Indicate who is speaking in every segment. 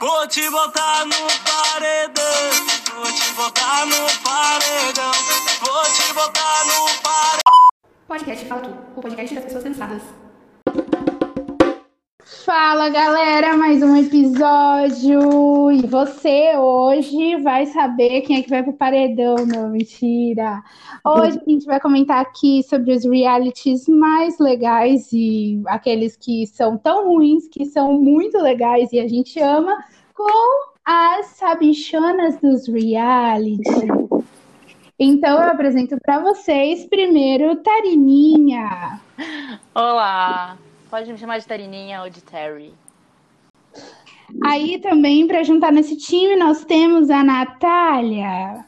Speaker 1: Vou te botar no paredão. Vou te botar no paredão. Vou te botar no paredão.
Speaker 2: Podcast Fala Tu, o podcast das pessoas cansadas.
Speaker 3: Fala galera, mais um episódio. E você hoje vai saber quem é que vai pro paredão, não, mentira. Hoje a gente vai comentar aqui sobre os realities mais legais e aqueles que são tão ruins que são muito legais e a gente ama, com as sabichonas dos realities. Então eu apresento para vocês primeiro Tarininha.
Speaker 4: Olá! Pode me chamar de Tarininha ou de Terry.
Speaker 3: Aí também, para juntar nesse time, nós temos a Natália.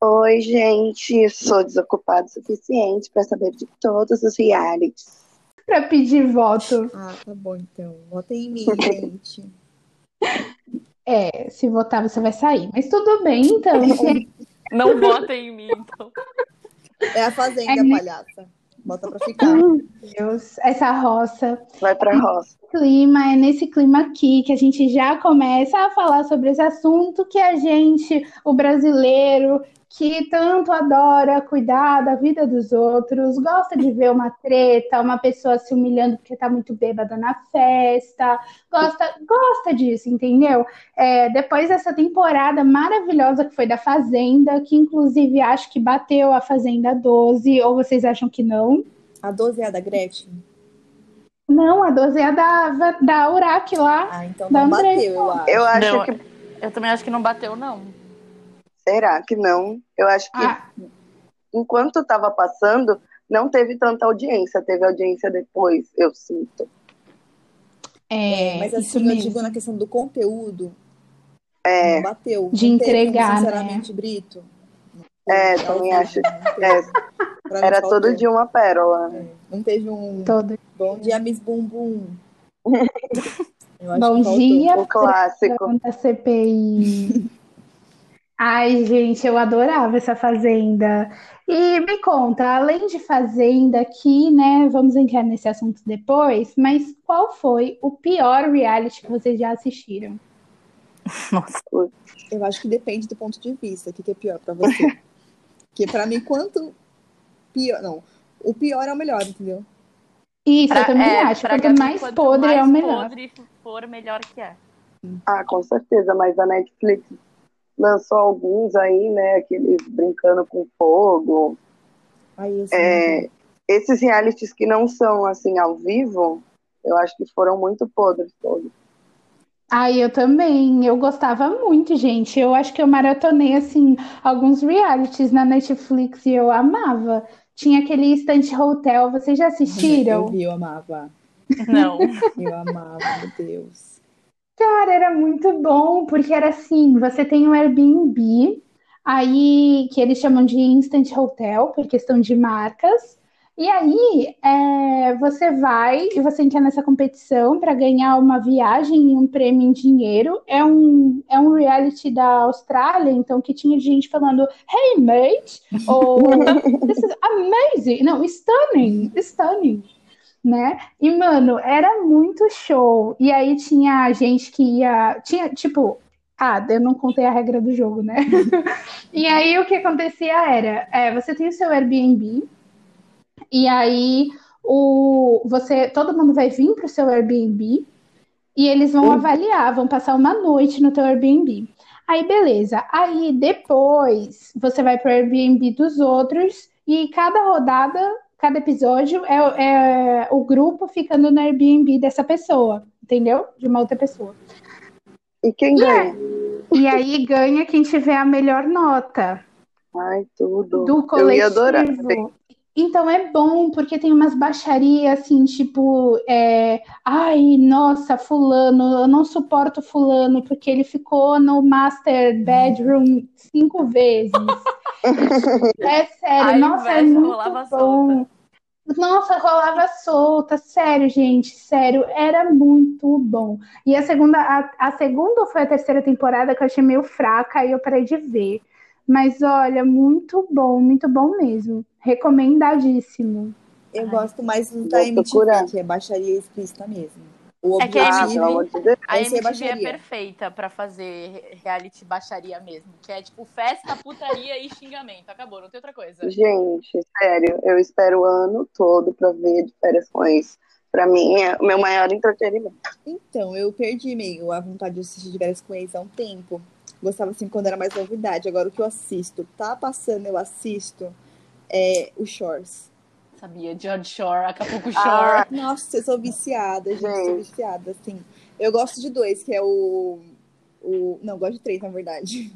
Speaker 5: Oi, gente, sou desocupado o suficiente para saber de todos os realities.
Speaker 3: Para pedir voto.
Speaker 6: Ah, tá bom então. Vota em mim, gente.
Speaker 3: É, se votar você vai sair. Mas tudo bem, então.
Speaker 4: Não botem em mim, então.
Speaker 6: É a fazenda,
Speaker 3: É.
Speaker 6: palhaça. Bota pra ficar.
Speaker 3: Meu Deus, essa roça.
Speaker 5: Vai pra roça.
Speaker 3: clima, é nesse clima aqui que a gente já começa a falar sobre esse assunto que a gente, o brasileiro, que tanto adora cuidar da vida dos outros, gosta de ver uma treta, uma pessoa se humilhando porque tá muito bêbada na festa, gosta, gosta disso, entendeu? É, depois dessa temporada maravilhosa que foi da Fazenda, que inclusive acho que bateu a Fazenda 12, ou vocês acham que não?
Speaker 6: A 12 é a da Gretchen?
Speaker 3: Não, a 12 é a da, da Urac lá.
Speaker 6: Ah, então
Speaker 3: Da
Speaker 6: não
Speaker 3: Andressa.
Speaker 6: bateu, eu acho.
Speaker 5: Eu acho
Speaker 4: Não.
Speaker 5: que.
Speaker 4: Eu também acho que não bateu, não.
Speaker 5: Será que não? Eu acho que
Speaker 3: Ah,
Speaker 5: enquanto estava passando, não teve tanta audiência. Teve audiência depois, eu sinto.
Speaker 3: é,
Speaker 6: Mas
Speaker 3: isso
Speaker 6: assim, eu
Speaker 3: mesmo.
Speaker 6: digo na questão do conteúdo,
Speaker 5: É,
Speaker 6: não bateu.
Speaker 3: De
Speaker 6: Não teve, um
Speaker 3: entregar, né?
Speaker 6: Sinceramente, Brito.
Speaker 5: É,
Speaker 6: Não
Speaker 5: também
Speaker 6: teve,
Speaker 5: acho.
Speaker 6: não teve.
Speaker 5: é,
Speaker 6: Pra mim
Speaker 5: era
Speaker 6: faltou.
Speaker 5: todo dia uma pérola. né?
Speaker 6: Não teve um
Speaker 3: Todo.
Speaker 6: bom dia, Miss Bumbum. Eu acho
Speaker 3: Bom
Speaker 6: que faltou.
Speaker 3: dia,
Speaker 5: O Um clássico.
Speaker 3: da CPI. Ai, gente, eu adorava essa fazenda. E me conta, além de fazenda aqui, né? Vamos entrar nesse assunto depois, mas qual foi o pior reality que vocês já assistiram?
Speaker 6: Eu acho que depende do ponto de vista. O que, que é pior pra você? Porque pra mim, quanto pior. Não, o pior é o melhor, entendeu?
Speaker 3: Isso, eu também
Speaker 4: é,
Speaker 3: acho.
Speaker 4: pra
Speaker 3: Quanto
Speaker 4: Gabi,
Speaker 3: mais
Speaker 4: quanto
Speaker 3: podre é o
Speaker 4: mais
Speaker 3: melhor.
Speaker 4: podre for, melhor que é.
Speaker 5: Ah, com certeza, mas a Netflix lançou alguns aí, né? Aqueles brincando com fogo.
Speaker 6: Aí, assim,
Speaker 5: É, esses realities que não são assim ao vivo, eu acho que foram muito podres todos.
Speaker 3: Ai, eu também. Eu gostava muito, gente. Eu acho que eu maratonei, assim, alguns realities na Netflix e eu amava. Tinha aquele Instant Hotel, vocês já
Speaker 6: eu
Speaker 3: assistiram?
Speaker 6: vi, eu amava.
Speaker 4: Não.
Speaker 6: Eu amava, meu Deus.
Speaker 3: Cara, era muito bom, porque era assim, você tem um Airbnb, aí que eles chamam de Instant Hotel, por questão de marcas, e aí é, você vai e você entra nessa competição para ganhar uma viagem e um prêmio em dinheiro. É um, é um reality da Austrália, então que tinha gente falando Hey mate, ou This is amazing, não, stunning, stunning, né? E, mano, era muito show. E aí tinha gente que ia. Tinha, tipo. Ah, eu não contei a regra do jogo, né? E aí o que acontecia era: é, você tem o seu Airbnb, e aí o, você, todo mundo vai vir pro seu Airbnb e eles vão avaliar, vão passar uma noite no teu Airbnb. Aí, beleza. Aí depois você vai pro Airbnb dos outros e cada rodada cada episódio é, é o grupo ficando no Airbnb dessa pessoa, entendeu? De uma outra pessoa.
Speaker 5: E quem
Speaker 3: É.
Speaker 5: ganha?
Speaker 3: E aí ganha quem tiver a melhor nota
Speaker 5: Ai, tudo.
Speaker 3: do
Speaker 5: eu ia adorar.
Speaker 3: coletivo. Então é bom, porque tem umas baixarias assim, tipo, é, ai, nossa, fulano, eu não suporto fulano, porque ele ficou no master bedroom cinco vezes. É sério,
Speaker 4: Ai,
Speaker 3: nossa, é
Speaker 4: inveja,
Speaker 3: muito
Speaker 4: rolava
Speaker 3: bom.
Speaker 4: solta.
Speaker 3: Nossa, rolava solta, sério, gente, sério, era muito bom. E a segunda, a, a segunda ou foi a terceira temporada que eu achei meio fraca e eu parei de ver. Mas olha, muito bom, muito bom mesmo. Recomendadíssimo.
Speaker 6: Eu
Speaker 4: Ai.
Speaker 6: gosto mais do
Speaker 5: Vou
Speaker 6: da MTV,
Speaker 5: procurar.
Speaker 6: que é baixaria explícita mesmo. O
Speaker 4: É que a
Speaker 5: Ah,
Speaker 4: MTV
Speaker 5: pelo amor de Deus.
Speaker 4: A
Speaker 6: Esse
Speaker 4: MTV
Speaker 6: é
Speaker 4: é
Speaker 6: baixaria.
Speaker 4: perfeita pra fazer reality baixaria mesmo, que é tipo festa, putaria e xingamento. Acabou, não tem outra coisa.
Speaker 5: Gente, sério, eu espero o ano todo pra ver de férias com ex. Pra mim é o meu maior entretenimento.
Speaker 6: Então, eu perdi meio a vontade de assistir de Férias com Ex há um tempo. Gostava assim quando era mais novidade. Agora o que eu assisto, tá passando, eu assisto, é o Shores.
Speaker 4: Sabia? George Shore, Acapulco Shore.
Speaker 5: Ah,
Speaker 6: Nossa, eu sou viciada, gente, sou
Speaker 5: Gente.
Speaker 6: viciada, assim. Eu gosto de dois, que é o. o não, gosto de três, na verdade.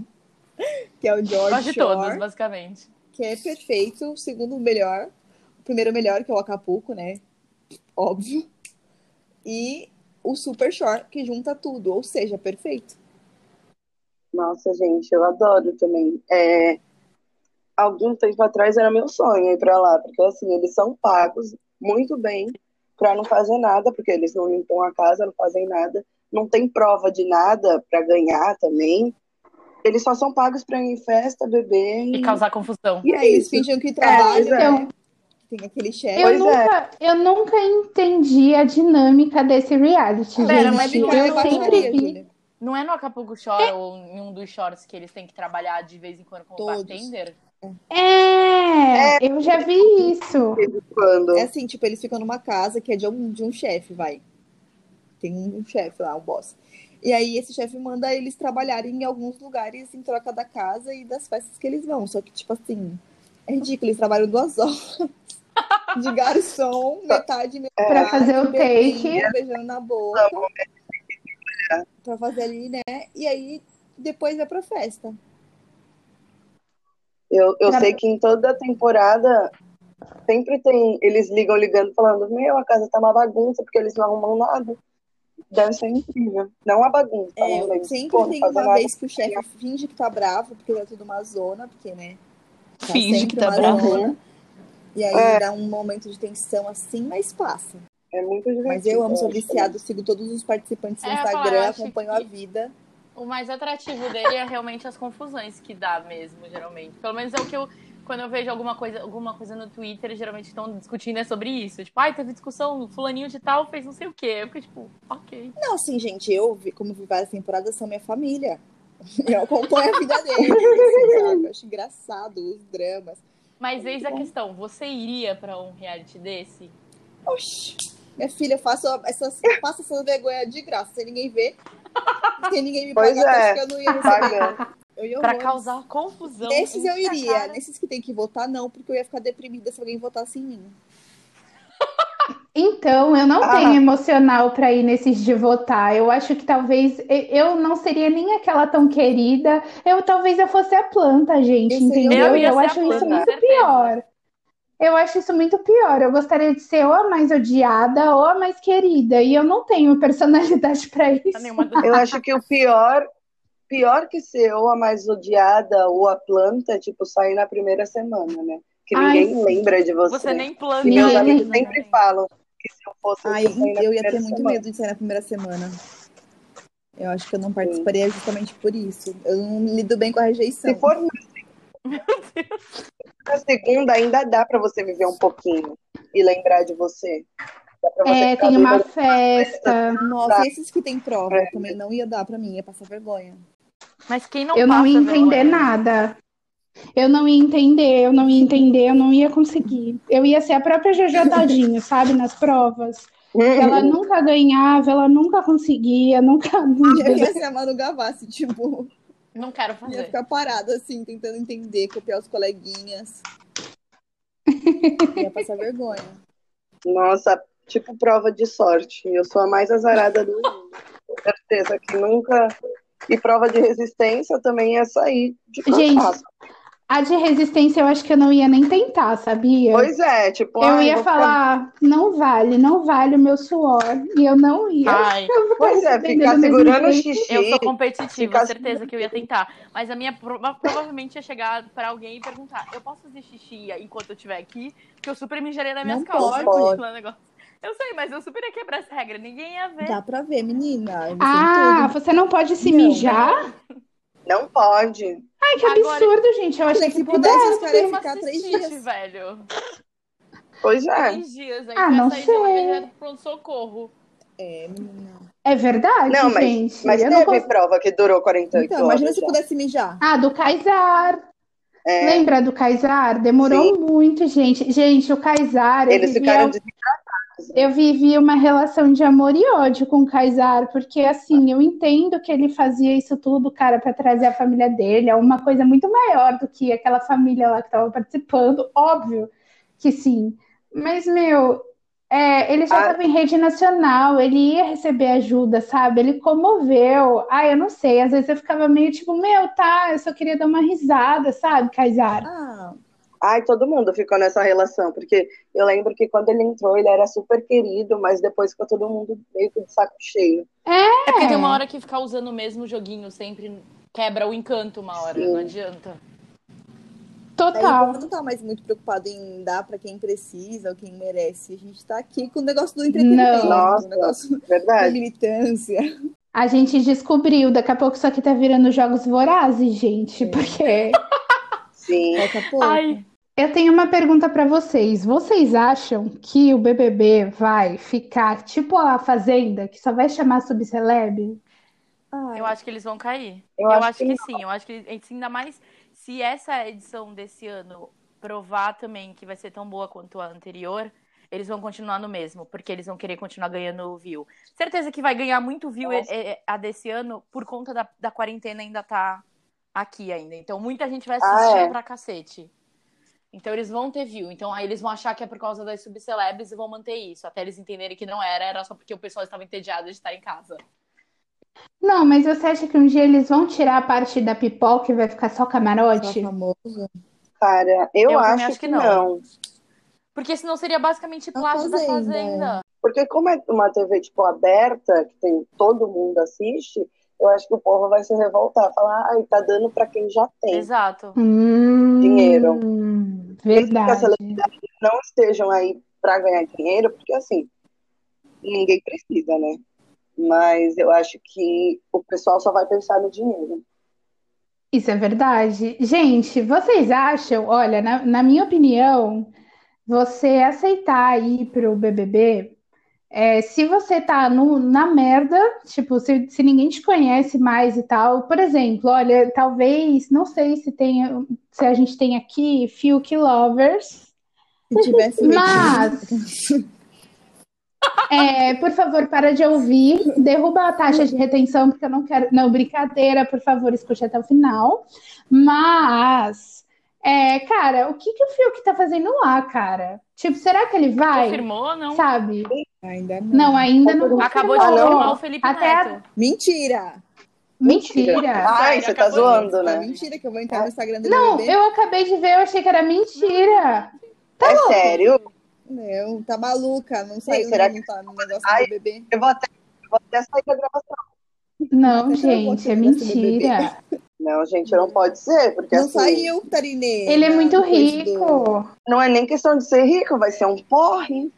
Speaker 6: Que é o George
Speaker 4: Gosto de
Speaker 6: Shore,
Speaker 4: todos, basicamente.
Speaker 6: que é perfeito. O segundo o melhor. O primeiro o melhor, que é o Acapulco, né? Óbvio. E o Super Shore, que junta tudo, ou seja, perfeito.
Speaker 5: nossa, gente, eu adoro também. É, algum tempo atrás era meu sonho ir pra lá, porque assim, eles são pagos muito bem pra não fazer nada, porque eles não limpam a casa, não fazem nada, não tem prova de nada pra ganhar também. Eles só são pagos pra ir em festa, beber
Speaker 4: E causar confusão.
Speaker 5: E
Speaker 6: E
Speaker 5: é
Speaker 6: aí, eles
Speaker 5: isso.
Speaker 6: fingem que trabalham,
Speaker 5: É,
Speaker 6: né? Tem aquele chefe.
Speaker 3: Então, Eu
Speaker 5: Pois é.
Speaker 3: nunca, eu nunca entendi a dinâmica desse reality, gente.
Speaker 4: Pera, mas não é
Speaker 3: eu sempre
Speaker 6: baixaria,
Speaker 3: vi.
Speaker 6: Júlia.
Speaker 4: Não é no Acapulco Shore ou em um dos shorts que eles têm que trabalhar de vez em quando como
Speaker 6: Todos.
Speaker 4: bartender?
Speaker 3: É, eu já vi isso.
Speaker 5: quando.
Speaker 6: É assim, tipo, eles ficam numa casa que é de um, de um chefe, vai. Tem um chefe lá, um boss. E aí esse chefe manda eles trabalharem em alguns lugares em troca da casa e das festas que eles vão. Só que, tipo assim, é ridículo, eles trabalham duas horas de garçom, metade metade.
Speaker 3: Pra fazer o
Speaker 6: bebinho,
Speaker 3: take.
Speaker 6: Beijando na boca. Pra fazer ali, né? E aí depois vai pra festa.
Speaker 5: Eu, eu
Speaker 3: Pra-
Speaker 5: sei que em toda temporada sempre tem. Eles ligam ligando falando, meu, a casa tá uma bagunça, porque eles não arrumam nada. Deve ser incrível. Não a bagunça,
Speaker 6: É,
Speaker 5: né? Mas,
Speaker 6: sempre
Speaker 5: pô, não
Speaker 6: tem
Speaker 5: fazer
Speaker 6: uma
Speaker 5: nada.
Speaker 6: vez que o chefe finge que tá bravo, porque tá tudo uma zona, porque, né? Tá
Speaker 4: Finge que
Speaker 6: sempre
Speaker 4: tá
Speaker 6: uma
Speaker 4: bravo.
Speaker 6: zona. E aí
Speaker 5: É.
Speaker 6: dá um momento de tensão assim, mas passa.
Speaker 5: É muito divertido.
Speaker 6: Mas eu amo, sou
Speaker 5: acho.
Speaker 6: viciado, sigo todos os participantes no
Speaker 4: É, eu ia falar,
Speaker 6: Instagram,
Speaker 4: eu acho
Speaker 6: acompanho
Speaker 4: que-
Speaker 6: a vida.
Speaker 4: O mais atrativo dele é realmente as confusões que dá mesmo, geralmente. Pelo menos é o que eu. Quando eu vejo alguma coisa, alguma coisa no Twitter, geralmente estão discutindo é sobre isso. Tipo, ai, teve discussão, fulaninho de tal fez não sei o quê. Eu fico tipo, ok.
Speaker 6: Não, assim, gente, eu, vi- como vi várias temporadas, são minha família. Eu acompanho a vida deles, assim, sabe? Eu acho engraçado os dramas.
Speaker 4: Mas eis a questão, você iria pra um reality desse?
Speaker 6: Oxi, minha filha, eu faço essas, faço essas vergonhas de graça, sem ninguém ver. Sem ninguém me
Speaker 5: Pois
Speaker 6: pagar, eu
Speaker 5: é.
Speaker 6: acho que eu não ia receber.
Speaker 5: Pagando.
Speaker 6: Eu ia
Speaker 4: Pra
Speaker 6: horrores.
Speaker 4: causar confusão.
Speaker 6: Nesses eu
Speaker 4: encher a
Speaker 6: iria.
Speaker 4: cara.
Speaker 6: Nesses que tem que votar, não, porque eu ia ficar deprimida se alguém votasse em mim.
Speaker 3: Então, eu não
Speaker 5: Ah.
Speaker 3: tenho emocional pra ir nesses de votar. Eu acho que talvez e- eu não seria nem aquela tão querida. Eu talvez eu fosse a planta, gente,
Speaker 6: Eu seria-
Speaker 3: entendeu?
Speaker 4: Eu ia ser a
Speaker 3: acho isso
Speaker 4: planta,
Speaker 3: muito
Speaker 4: certeza.
Speaker 3: pior. Eu acho isso muito pior. Eu gostaria de ser ou a mais odiada ou a mais querida. E eu não tenho personalidade pra
Speaker 4: Tá
Speaker 3: isso.
Speaker 4: nenhuma do-
Speaker 5: Eu acho que o pior, pior que ser ou a mais odiada ou a planta é tipo sair na primeira semana, né? Que
Speaker 3: Ai,
Speaker 5: ninguém lembra de você.
Speaker 4: Você nem planta.
Speaker 5: Que meus
Speaker 3: Ninguém
Speaker 5: amigos
Speaker 4: né?
Speaker 5: sempre falam que se eu fosse assim,
Speaker 6: Ai,
Speaker 5: sair na
Speaker 6: eu ia
Speaker 5: primeira
Speaker 6: ter muito
Speaker 5: semana.
Speaker 6: medo de sair na primeira semana. Eu acho que eu não participaria justamente por isso. Eu não lido bem com a rejeição.
Speaker 5: Se for na segunda, na segunda, ainda dá pra você viver um pouquinho e lembrar de você. Dá pra você tá
Speaker 3: É,
Speaker 5: ficar
Speaker 3: tem uma
Speaker 5: lembrando.
Speaker 3: festa.
Speaker 6: Nossa, e esses que tem prova
Speaker 5: É.
Speaker 6: também não ia dar pra mim, ia passar vergonha.
Speaker 4: Mas quem não é.
Speaker 3: Eu não ia
Speaker 4: passa vergonha?
Speaker 3: entender nada. Eu não ia entender, eu não ia entender, eu não ia conseguir. Eu ia ser a própria Jojo Todinho, sabe? Nas provas. Ela nunca ganhava, ela nunca conseguia, nunca.
Speaker 5: Ah.
Speaker 6: Eu ia ser a Manu Gavassi, tipo,
Speaker 4: Não quero
Speaker 6: ia
Speaker 4: fazer.
Speaker 6: ficar parada assim, tentando entender, copiar os coleguinhas. Ia passar vergonha.
Speaker 5: Nossa, tipo prova de sorte. Eu sou a mais azarada do mundo. Com certeza que nunca. E prova de resistência também é sair de
Speaker 3: Gente,
Speaker 5: cansaço.
Speaker 3: A de resistência eu acho que eu não ia nem tentar, sabia?
Speaker 5: Pois é, tipo,
Speaker 3: eu
Speaker 5: ai,
Speaker 3: ia
Speaker 5: vou ficar-
Speaker 3: falar, não vale, não vale o meu suor. E eu não ia.
Speaker 4: Ai,
Speaker 5: Pois é,
Speaker 3: Dependendo
Speaker 5: ficar
Speaker 3: do mesmo
Speaker 5: segurando o
Speaker 3: jeito.
Speaker 5: xixi.
Speaker 4: eu sou competitiva,
Speaker 5: Ficar-
Speaker 4: certeza que eu ia tentar. Mas a minha prova provavelmente ia chegar pra alguém e perguntar: eu posso fazer xixi enquanto eu estiver aqui? Porque eu super me gerei nas minhas
Speaker 6: Não
Speaker 4: calças.
Speaker 6: pode.
Speaker 4: continuando o negócio. Eu sei, mas eu super ia quebrar essa regra. Ninguém ia ver.
Speaker 6: Dá pra ver, menina. Eu
Speaker 5: é
Speaker 6: me sinto-
Speaker 3: Ah, você não pode se
Speaker 6: Não,
Speaker 5: né?
Speaker 3: mijar?
Speaker 5: Não pode.
Speaker 3: Ai, que
Speaker 4: Agora-
Speaker 3: absurdo, gente. Eu achei
Speaker 6: Se
Speaker 3: que
Speaker 6: pudesse,
Speaker 3: pudesse.
Speaker 6: os caras iam
Speaker 4: Uma
Speaker 6: ficar três
Speaker 4: cistite,
Speaker 6: dias.
Speaker 4: velho.
Speaker 5: Pois é.
Speaker 4: Três dias aí.
Speaker 3: Ah,
Speaker 4: pra
Speaker 3: não
Speaker 4: sair de uma
Speaker 3: sei.
Speaker 4: vez pro pronto-socorro.
Speaker 6: É, menina.
Speaker 3: É verdade,
Speaker 5: Não, mas-
Speaker 3: gente.
Speaker 5: Mas
Speaker 3: Eu
Speaker 5: teve
Speaker 3: não consigo-
Speaker 5: prova que durou 48
Speaker 6: Então,
Speaker 5: horas.
Speaker 6: imagina se
Speaker 5: já.
Speaker 6: pudesse mijar.
Speaker 3: Ah, do Kaysar.
Speaker 5: É,
Speaker 3: Lembra do Kaysar? Demorou muito, gente. Gente, o Kaysar, eu
Speaker 5: eles
Speaker 3: vivia
Speaker 5: ficaram de...
Speaker 3: Eu vivi uma relação de amor e ódio com o Kaysar, porque assim, eu entendo que ele fazia isso tudo, cara, pra trazer a família dele, é uma coisa muito maior do que aquela família lá que tava participando, óbvio que sim. Mas, meu, é, ele já
Speaker 5: Ah.
Speaker 3: tava em rede nacional, ele ia receber ajuda, sabe? Ele comoveu. Ah, eu não sei, às vezes eu ficava meio tipo, meu, tá, eu só queria dar uma risada, sabe, Kaysar?
Speaker 6: Ah,
Speaker 5: Ai, todo mundo ficou nessa relação, porque eu lembro que quando ele entrou, ele era super querido, mas depois ficou todo mundo meio que de saco cheio.
Speaker 4: É porque tem uma hora que ficar usando o mesmo joguinho sempre quebra o encanto uma hora,
Speaker 5: Sim.
Speaker 4: não adianta.
Speaker 6: aí
Speaker 3: Total.
Speaker 6: eu não tá mais muito preocupado em dar pra quem precisa ou quem merece. A gente tá aqui com o negócio do
Speaker 3: Não.
Speaker 6: entretenimento,
Speaker 5: Nossa.
Speaker 6: o um negócio da
Speaker 5: Verdade.
Speaker 6: militância.
Speaker 3: A gente descobriu, daqui a pouco isso aqui tá virando jogos vorazes, gente, porque
Speaker 5: Sim.
Speaker 6: Daqui a pouco.
Speaker 4: Ai,
Speaker 3: eu tenho uma pergunta pra vocês. Vocês acham que o BBB vai ficar tipo a Fazenda, que só vai chamar subceleb?
Speaker 6: Ai,
Speaker 4: eu acho que eles vão cair.
Speaker 5: Eu acho que
Speaker 4: sim, eu acho que eles- ainda mais se essa edição desse ano provar também que vai ser tão boa quanto a anterior, eles vão continuar no mesmo, porque eles vão querer continuar ganhando view. Certeza que vai ganhar muito view
Speaker 5: Nossa.
Speaker 4: eh, eh, a desse ano por conta da, da quarentena ainda tá aqui ainda. Então muita gente vai
Speaker 5: Ah,
Speaker 4: assistir
Speaker 5: é.
Speaker 4: pra cacete. Então eles vão ter view. Então aí eles vão achar que é por causa das subcelebres e vão manter isso. Até eles entenderem que não era, era só porque o pessoal estava entediado de estar em casa.
Speaker 3: Não, mas você acha que um dia eles vão tirar a parte da pipoca e vai ficar só
Speaker 6: tá
Speaker 3: camarote?
Speaker 6: famoso.
Speaker 5: Cara, eu,
Speaker 4: Eu também
Speaker 5: acho
Speaker 4: acho
Speaker 5: que
Speaker 4: que não.
Speaker 5: não.
Speaker 4: Porque senão seria basicamente plágio da
Speaker 6: Fazenda,
Speaker 4: Fazenda.
Speaker 5: Porque como é uma TV, tipo, aberta, que tem todo mundo assiste, eu acho que o povo vai se revoltar, falar, ai, tá dando pra quem já
Speaker 4: É.
Speaker 5: tem.
Speaker 4: Exato.
Speaker 3: Hum,
Speaker 5: Dinheiro.
Speaker 3: verdade.
Speaker 5: Que as celebridades não estejam aí pra ganhar dinheiro, porque assim, ninguém precisa, né? Mas eu acho que o pessoal só vai pensar no dinheiro.
Speaker 3: Isso é verdade. Gente, vocês acham, olha, na, na minha opinião, você aceitar ir pro BBB, é, se você tá no- na merda, tipo, se, se ninguém te conhece mais e tal, por exemplo, olha, talvez, não sei se tenha, se a gente tem aqui Fiuk Lovers,
Speaker 6: Se tivesse
Speaker 3: mas... É, por favor, para de ouvir, derruba a taxa de retenção, porque eu não quero. Não, brincadeira, por favor, escute até o final. Mas, é, cara, o que, que o Fiuk tá fazendo lá, cara? Tipo, será que ele vai?
Speaker 4: Confirmou ou não?
Speaker 3: Sabe?
Speaker 6: ainda não.
Speaker 3: Não, ainda não.
Speaker 4: Acabou de
Speaker 5: Ah, não?
Speaker 4: confirmar o Felipe
Speaker 3: Até a-
Speaker 4: Neto.
Speaker 6: Mentira!
Speaker 3: Mentira.
Speaker 5: Ai,
Speaker 4: Sério,
Speaker 5: você tá
Speaker 4: acabou
Speaker 5: zoando,
Speaker 6: Ah,
Speaker 5: né?
Speaker 6: mentira que eu vou entrar no Instagram do
Speaker 3: Não,
Speaker 6: BBB.
Speaker 3: eu acabei de ver, eu achei que era mentira.
Speaker 5: é sério?
Speaker 6: Não, tá maluca. Não sei,
Speaker 5: Ai,
Speaker 6: eu
Speaker 5: será
Speaker 6: não tá no negócio
Speaker 5: Ai,
Speaker 6: do BBB.
Speaker 5: Eu vou até, eu vou até sair da gravação.
Speaker 3: Não,
Speaker 6: Até eu vou
Speaker 3: gente, é
Speaker 6: querer esse BBB.
Speaker 3: mentira.
Speaker 5: Não, gente, não pode ser, porque
Speaker 6: Não
Speaker 5: assim,
Speaker 6: saiu, Tarinê.
Speaker 3: Ele é
Speaker 6: na-
Speaker 3: muito
Speaker 6: no coisa do-
Speaker 3: rico.
Speaker 5: não é nem questão de ser rico, vai ser um porre.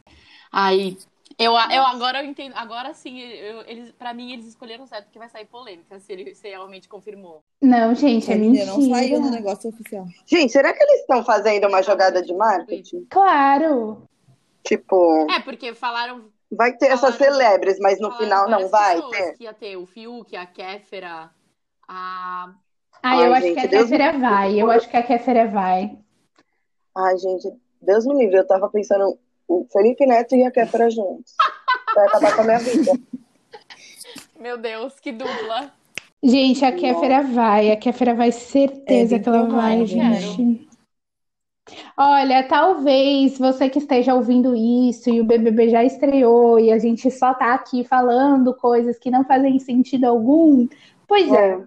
Speaker 4: Aí. Eu, eu agora eu entendo. Agora sim, eu- eles, pra mim, eles escolheram certo porque vai sair polêmica, se ele se realmente confirmou.
Speaker 3: Não, gente, é
Speaker 6: Tarinê, Não saiu né? no
Speaker 3: mentira.
Speaker 6: negócio oficial.
Speaker 5: Gente, será que eles estão fazendo uma jogada de marketing?
Speaker 3: Claro.
Speaker 5: Tipo,
Speaker 4: É, porque falaram.
Speaker 5: vai ter essas
Speaker 4: Falaram-
Speaker 5: celebres, mas no
Speaker 4: falaram
Speaker 5: final não
Speaker 4: várias
Speaker 5: vai
Speaker 4: pessoas
Speaker 5: ter.
Speaker 4: Que ia ter o Fiuk, a Kéfera, a.
Speaker 3: Ah,
Speaker 5: Ai,
Speaker 3: eu acho
Speaker 5: gente,
Speaker 3: que a
Speaker 5: Deus me
Speaker 3: Kéfera vai. Eu acho que a Kéfera vai.
Speaker 5: Ai, gente, Deus me livre, eu tava pensando o Felipe Neto e a Kéfera juntos. Vai acabar com a minha vida.
Speaker 4: Meu Deus, que dupla.
Speaker 3: Gente, a Kéfera vai, a Kéfera vai, certeza
Speaker 6: É bem
Speaker 3: que ela vai,
Speaker 6: provável, né?
Speaker 3: gente. Olha, talvez você que esteja ouvindo isso e o BBB já estreou e a gente só tá aqui falando coisas que não fazem sentido algum. Pois é,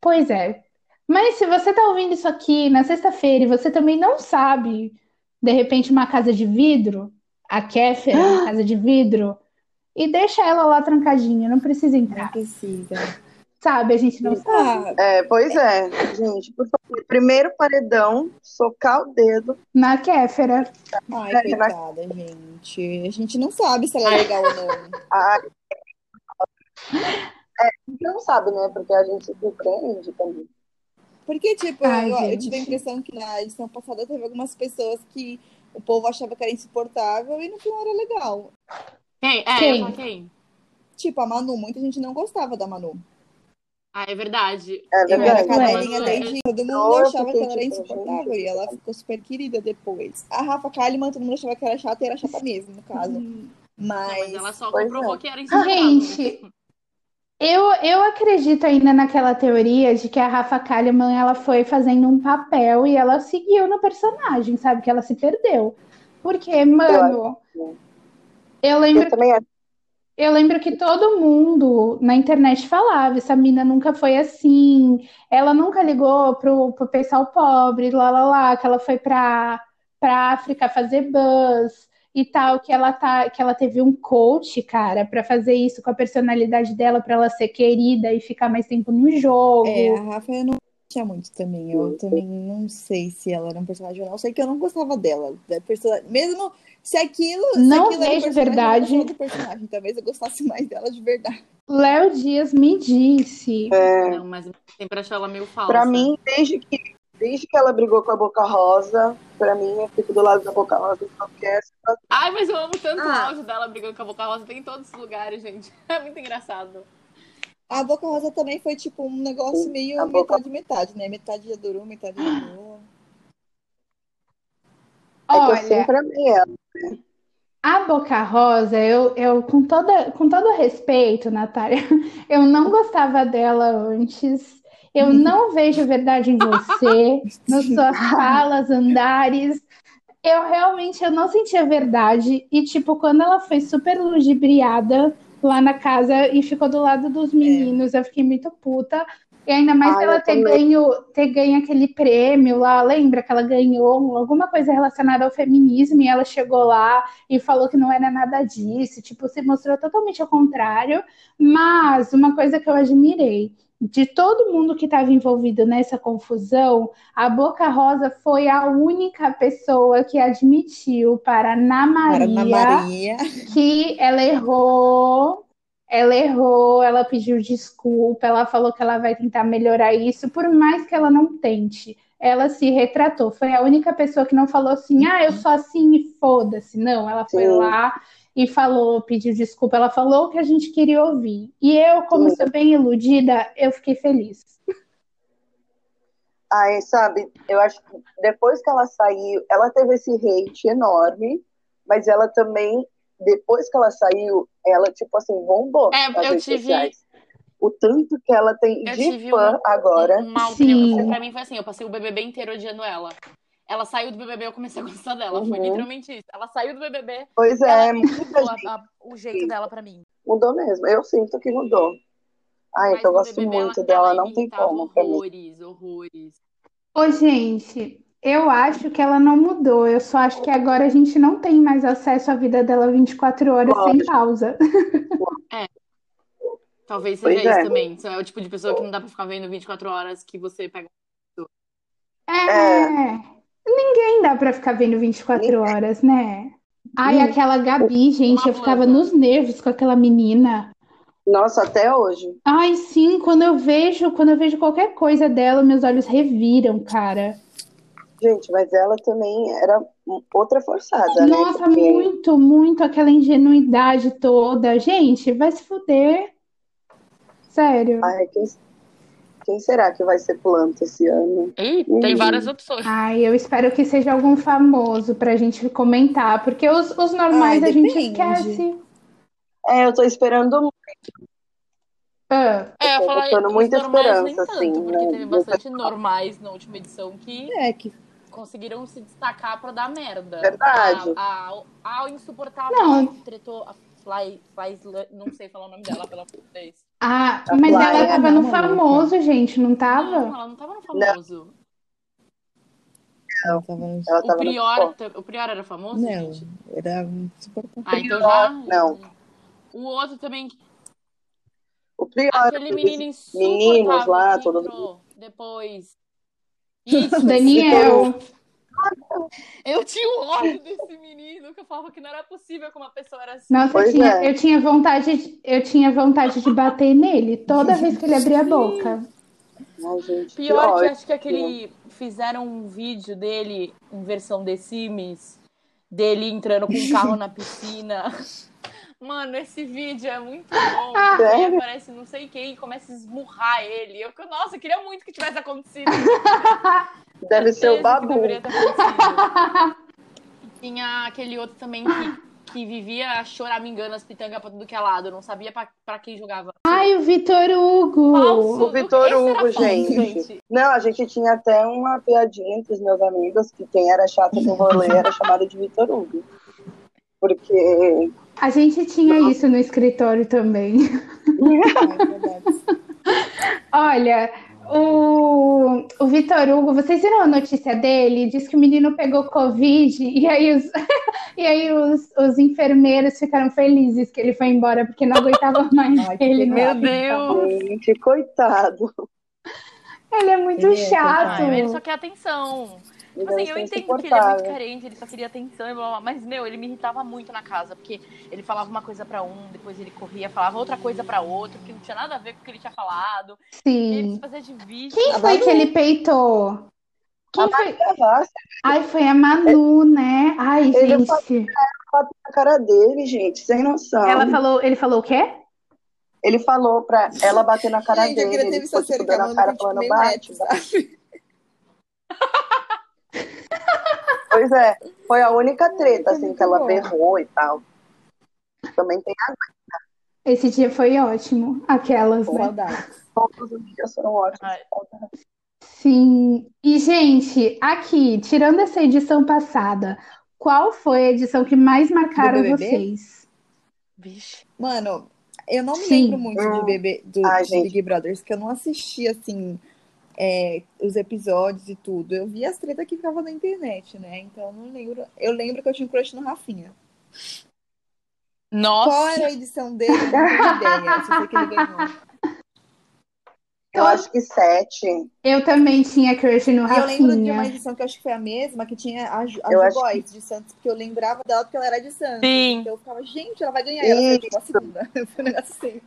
Speaker 3: pois é. Mas se você tá ouvindo isso aqui na sexta-feira e você também não sabe, de repente, uma casa de vidro, a Kéfera, é uma casa de vidro, e deixa ela lá trancadinha, não precisa
Speaker 6: Não
Speaker 3: entrar.
Speaker 6: precisa.
Speaker 3: Sabe, a gente não
Speaker 6: Ah,
Speaker 5: É, pois é. Gente, por favor, primeiro paredão, socar o dedo.
Speaker 3: Na Kéfera.
Speaker 6: ai, coitada, gente. A gente não sabe se ela é legal ou não.
Speaker 5: Ai. É, não sabe, né? Porque a gente se surpreende também.
Speaker 6: Porque, tipo,
Speaker 3: Ai,
Speaker 6: eu, eu
Speaker 3: gente.
Speaker 6: tive a impressão que na edição passada teve algumas pessoas que o povo achava que era insuportável e no final era legal.
Speaker 4: Quem? É,
Speaker 3: Quem?
Speaker 4: eu falo quem?
Speaker 6: Tipo, a Manu, muita gente não gostava da Manu.
Speaker 4: Ah, é verdade.
Speaker 5: É
Speaker 6: Ela era
Speaker 5: verdade.
Speaker 4: Manu,
Speaker 6: cadelinha
Speaker 4: Manu,
Speaker 3: é.
Speaker 6: desde todo mundo
Speaker 5: Nossa,
Speaker 6: achava que
Speaker 5: gente,
Speaker 6: ela era
Speaker 5: eu
Speaker 6: insuportável
Speaker 5: achei
Speaker 6: e ela ficou super querida depois. A Rafa Kalimann, todo mundo achava que era chata e era chata mesmo, no caso.
Speaker 3: Hum.
Speaker 4: Não,
Speaker 6: Mas,
Speaker 4: mas ela só
Speaker 5: Pois
Speaker 4: comprovou
Speaker 5: é.
Speaker 4: que era insuportável.
Speaker 3: Gente, eu, eu acredito ainda naquela teoria de que a Rafa Kalimann ela foi fazendo um papel e ela seguiu no personagem, sabe? Que ela se perdeu. Porque, mano,
Speaker 5: Eu
Speaker 3: eu
Speaker 5: Eu
Speaker 3: lembro,
Speaker 5: também acho.
Speaker 3: eu lembro que todo mundo na internet falava, essa mina nunca foi assim, ela nunca ligou pro, pro pessoal pobre, lá, lá, lá, que ela foi pra, pra África fazer buzz e tal, que ela tá, que ela teve um coach, cara, pra fazer isso com a personalidade dela, pra ela ser querida e ficar mais tempo no
Speaker 6: é,
Speaker 3: jogo.
Speaker 6: a Rafa eu não tinha muito também. Eu também não sei se ela era um personagem ou não. Sei que eu não gostava dela. Da persona... Mesmo se aquilo,
Speaker 3: Não
Speaker 6: se aquilo era um
Speaker 3: vejo
Speaker 6: personagem,
Speaker 3: verdade.
Speaker 6: eu não gostava do personagem. Talvez eu gostasse mais dela de verdade.
Speaker 3: Léo Dias me disse.
Speaker 5: É,
Speaker 4: Não, mas eu sempre achou ela meio falsa.
Speaker 5: pra mim, desde que, desde que ela brigou com a Boca Rosa, pra mim, eu fico do lado da Boca Rosa é assim em qualquer situação.
Speaker 4: Ai, mas eu amo tanto o
Speaker 6: Ah.
Speaker 4: áudio dela brigando com a Boca Rosa. Tem em todos os lugares, gente. É muito engraçado.
Speaker 6: A Boca Rosa também foi tipo um negócio meio
Speaker 5: a Boca-
Speaker 6: metade-metade, né? Metade adorou, metade adorou.
Speaker 5: É que eu
Speaker 3: Olha,
Speaker 5: sempre amei ela.
Speaker 3: A Boca Rosa, eu, eu com toda, com todo respeito, Natália, eu não gostava dela antes.
Speaker 5: Uhum.
Speaker 3: Eu não vejo verdade em você, nas suas
Speaker 5: Ah.
Speaker 3: falas, andares. Eu realmente eu não sentia verdade. E, tipo, quando ela foi super ludibriada lá na casa e ficou do lado dos meninos, eu fiquei muito puta. E ainda mais
Speaker 5: É. Ah,
Speaker 3: pela
Speaker 5: eu
Speaker 3: ter
Speaker 5: também.
Speaker 3: ganho, ter ganho aquele prêmio lá, lembra que ela ganhou um, alguma coisa relacionada ao feminismo e ela chegou lá e falou que não era nada disso, tipo, se mostrou totalmente ao contrário. Mas uma coisa que eu admirei, de todo mundo que estava envolvido nessa confusão, a Boca Rosa foi a única pessoa que admitiu para Ana
Speaker 6: Para Ana Maria.
Speaker 3: que ela errou, ela errou, ela pediu desculpa, ela falou que ela vai tentar melhorar isso, por mais que ela não tente. Ela se retratou. Foi a única pessoa que não falou assim, ah, eu sou assim e foda-se. Não, ela foi
Speaker 5: Sim.
Speaker 3: lá e falou, pediu desculpa. Ela falou o que a gente queria ouvir. E eu, como
Speaker 5: Sim.
Speaker 3: sou bem iludida, eu fiquei feliz.
Speaker 5: Aí, sabe, eu acho que depois que ela saiu, ela teve esse hate enorme, mas ela também, depois que ela saiu, ela, tipo assim, bombou
Speaker 4: É,
Speaker 5: nas
Speaker 4: eu
Speaker 5: redes
Speaker 4: tive-
Speaker 5: sociais. O tanto que ela tem
Speaker 4: Eu
Speaker 5: de
Speaker 4: tive
Speaker 5: fã
Speaker 4: um-
Speaker 5: agora.
Speaker 4: Uma opinião.
Speaker 3: Sim.
Speaker 4: Assim, Pra mim foi assim: eu passei o BBB inteiro odiando ela. Ela saiu do BBB, eu comecei a gostar dela. Foi
Speaker 5: Uhum.
Speaker 4: literalmente isso. Ela saiu do BBB,
Speaker 5: Pois é,
Speaker 4: ela
Speaker 5: muita
Speaker 4: mudou a-
Speaker 5: gente
Speaker 4: a- o jeito dela pra mim.
Speaker 5: mudou mesmo. Eu sinto que mudou. Ai, é
Speaker 4: Mas
Speaker 5: que eu
Speaker 4: no
Speaker 5: gosto
Speaker 4: BBB
Speaker 5: muito
Speaker 4: ela,
Speaker 5: dela,
Speaker 4: ela
Speaker 5: não
Speaker 4: me
Speaker 5: tem
Speaker 4: irritava
Speaker 5: como pra mim.
Speaker 4: horrores, horrores.
Speaker 3: Ô, gente, eu acho que ela não mudou. Eu só acho que agora a gente não tem mais acesso à vida dela 24 horas sem
Speaker 5: Lógico.
Speaker 3: pausa.
Speaker 4: Talvez seja
Speaker 5: Pois
Speaker 4: isso
Speaker 5: é.
Speaker 4: também. Você é o tipo de pessoa que não dá pra ficar vendo 24 horas que você pega.
Speaker 3: É, ninguém dá pra ficar vendo 24 horas, né? Ai,
Speaker 5: Hum.
Speaker 3: aquela Gabi, gente,
Speaker 4: Uma
Speaker 3: eu ficava
Speaker 4: planta.
Speaker 3: nos nervos com aquela menina.
Speaker 5: Nossa, até hoje.
Speaker 3: Ai, sim, quando eu vejo, quando eu vejo qualquer coisa dela, meus olhos reviram, cara.
Speaker 5: Gente, mas ela também era um, outra forçada, né?
Speaker 3: Nossa,
Speaker 5: Porque
Speaker 3: muito, muito aquela ingenuidade toda. Gente, vai se fuder. Sério.
Speaker 5: Ai, quem, quem será que vai ser planta esse ano?
Speaker 4: Ih, tem
Speaker 5: Hum.
Speaker 4: várias opções.
Speaker 3: Ai, eu espero que seja algum famoso pra gente comentar, porque os, os normais
Speaker 6: Ai,
Speaker 3: a gente
Speaker 6: depende.
Speaker 3: esquece.
Speaker 5: É, eu tô esperando,
Speaker 3: Ah,
Speaker 4: É, eu
Speaker 5: tô
Speaker 4: falar
Speaker 5: botando
Speaker 4: os
Speaker 5: muita
Speaker 4: normais nem
Speaker 5: esperança, assim,
Speaker 4: tanto, porque
Speaker 5: né?
Speaker 4: teve bastante normais na última edição que
Speaker 6: É, que
Speaker 4: conseguiram se destacar pra dar merda.
Speaker 5: é Verdade.
Speaker 4: A, a, a insuportável
Speaker 3: Não.
Speaker 4: que tretou a Fly, Fly, Slu- não sei falar o nome dela pela vez.
Speaker 3: ah,
Speaker 5: A
Speaker 3: mas
Speaker 5: Fly,
Speaker 3: ela tava
Speaker 6: né,
Speaker 3: no
Speaker 6: maluca?
Speaker 3: famoso, gente, não
Speaker 4: Não,
Speaker 3: tava?
Speaker 4: ela não tava no famoso.
Speaker 6: ela tava no-
Speaker 5: Ela
Speaker 4: Ah, O
Speaker 5: tava
Speaker 4: Prior,
Speaker 5: no...
Speaker 4: ta- o Prior era famoso,
Speaker 6: Não,
Speaker 4: gente?
Speaker 6: era um super
Speaker 4: Ah, então já.
Speaker 5: Não.
Speaker 4: O outro também,
Speaker 5: O Prior,
Speaker 4: aquele menino
Speaker 5: esses meninos
Speaker 4: insuportável
Speaker 5: lá,
Speaker 4: que
Speaker 5: todo
Speaker 4: entrou depois. Isso,
Speaker 3: Daniel.
Speaker 4: eu tinha um ódio desse menino que eu falava que não era possível que uma pessoa era assim.
Speaker 3: Nossa, eu
Speaker 5: Pois
Speaker 3: tinha,
Speaker 5: é.
Speaker 3: eu tinha vontade, de- eu tinha vontade de bater nele toda vez que ele abria a boca.
Speaker 5: Ai, gente, que
Speaker 4: Pior que
Speaker 5: ódio.
Speaker 4: acho que aquele. Fizeram um vídeo dele em versão The Sims, dele entrando com um carro na piscina. Mano, esse vídeo é muito bom. porque
Speaker 5: Ah, sério?
Speaker 4: Aí aparece não sei quem e começa a esmurrar ele. Eu fico, nossa, eu queria muito que tivesse acontecido.
Speaker 5: Deve ser o
Speaker 4: certeza
Speaker 5: babu.
Speaker 4: que deveria ter acontecido. Tinha aquele outro também que, que vivia choramingando as pitangas pra tudo que é lado. Não sabia pra, pra quem jogava.
Speaker 3: Ai, o Vitor Hugo.
Speaker 4: Falso.
Speaker 5: O Vitor
Speaker 4: Esse era
Speaker 5: Hugo,
Speaker 4: falso,
Speaker 5: gente. Não, a gente tinha até uma piadinha entre os meus amigos que quem era chato no rolê era chamado de Vitor Hugo. Porque.
Speaker 3: A gente tinha isso no escritório também.
Speaker 6: Ai, verdade.
Speaker 3: Olha, o, o Vitor Hugo, vocês viram a notícia dele? Diz que o menino pegou Covid e aí os, e aí os, os enfermeiros ficaram felizes que ele foi embora porque não aguentava mais
Speaker 6: Ai, que
Speaker 3: ele. no
Speaker 4: Meu
Speaker 6: Meu
Speaker 4: Deus.
Speaker 5: Gente, coitado.
Speaker 3: Ele é muito
Speaker 6: Ele é,
Speaker 3: chato.
Speaker 4: Ai, mas Ah, ele só quer atenção. Tipo assim,
Speaker 5: Deve
Speaker 4: eu entendo que
Speaker 5: ser
Speaker 4: ele é muito
Speaker 5: insuportável.
Speaker 4: carente, ele só queria atenção e blá, blá, blá. Mas, meu, ele me irritava muito na casa, porque ele falava uma coisa pra um, depois ele corria, falava outra coisa pra outro, que não tinha nada a ver com o que ele tinha falado. E ele se
Speaker 3: Sim.
Speaker 4: fazia de vítima.
Speaker 3: Quem foi que ele peitou? Quem foi?
Speaker 5: Sei lá,
Speaker 3: Ai, foi a Manu, né? Ai,
Speaker 5: Ele
Speaker 3: gente.
Speaker 5: foto na é cara dele, gente, sem noção.
Speaker 3: Ela falou, ele falou o quê?
Speaker 5: Ele falou pra ela bater na cara
Speaker 6: Gente, eu
Speaker 5: dele.
Speaker 6: queria ter
Speaker 5: ele
Speaker 6: visto a
Speaker 5: ficou,
Speaker 6: cena
Speaker 5: tipo,
Speaker 6: que a
Speaker 5: dando a cara
Speaker 6: Amanda tem, tipo,
Speaker 5: falando
Speaker 6: meio
Speaker 5: bate.
Speaker 6: metro,
Speaker 5: bate".
Speaker 6: sabe?
Speaker 5: Pois é, foi a única treta,
Speaker 6: Ai, tá
Speaker 5: assim,
Speaker 6: muito
Speaker 5: que ela
Speaker 6: bom.
Speaker 5: berrou e tal. Também tem a
Speaker 3: Esse dia foi ótimo. Aquelas, né?
Speaker 6: Saudade.
Speaker 5: todos os dias foram ótimos.
Speaker 4: Ai.
Speaker 3: Sim. E, gente, aqui, tirando essa edição passada, qual foi a edição que mais marcaram
Speaker 6: Do BBB?
Speaker 3: vocês?
Speaker 4: Vixe.
Speaker 6: Mano, eu não me
Speaker 3: Sim.
Speaker 6: lembro muito de
Speaker 5: Hum.
Speaker 6: bebê do,
Speaker 5: Ai,
Speaker 6: de
Speaker 5: gente.
Speaker 6: Big Brothers, que eu não assisti assim é, os episódios e tudo. Eu vi as tretas que ficavam na internet, né? Então eu não lembro. Eu lembro que eu tinha um crush no Rafinha.
Speaker 4: Nossa.
Speaker 6: Qual era a edição dele? Eu Não tenho ideia. Eu só sei que ele ganhou.
Speaker 5: Eu acho que sete.
Speaker 3: Eu também tinha crush no
Speaker 6: E eu lembro de
Speaker 3: Rafinha.
Speaker 6: uma edição que eu acho que foi a mesma, que tinha a, Ju- a
Speaker 5: Eu
Speaker 6: Ju
Speaker 5: acho
Speaker 6: Boys de Santos, porque eu lembrava dela porque ela era de Santos.
Speaker 4: Sim.
Speaker 6: Então eu ficava, gente, ela vai ganhar. Ela foi tipo a segunda. Foi um negócio assim.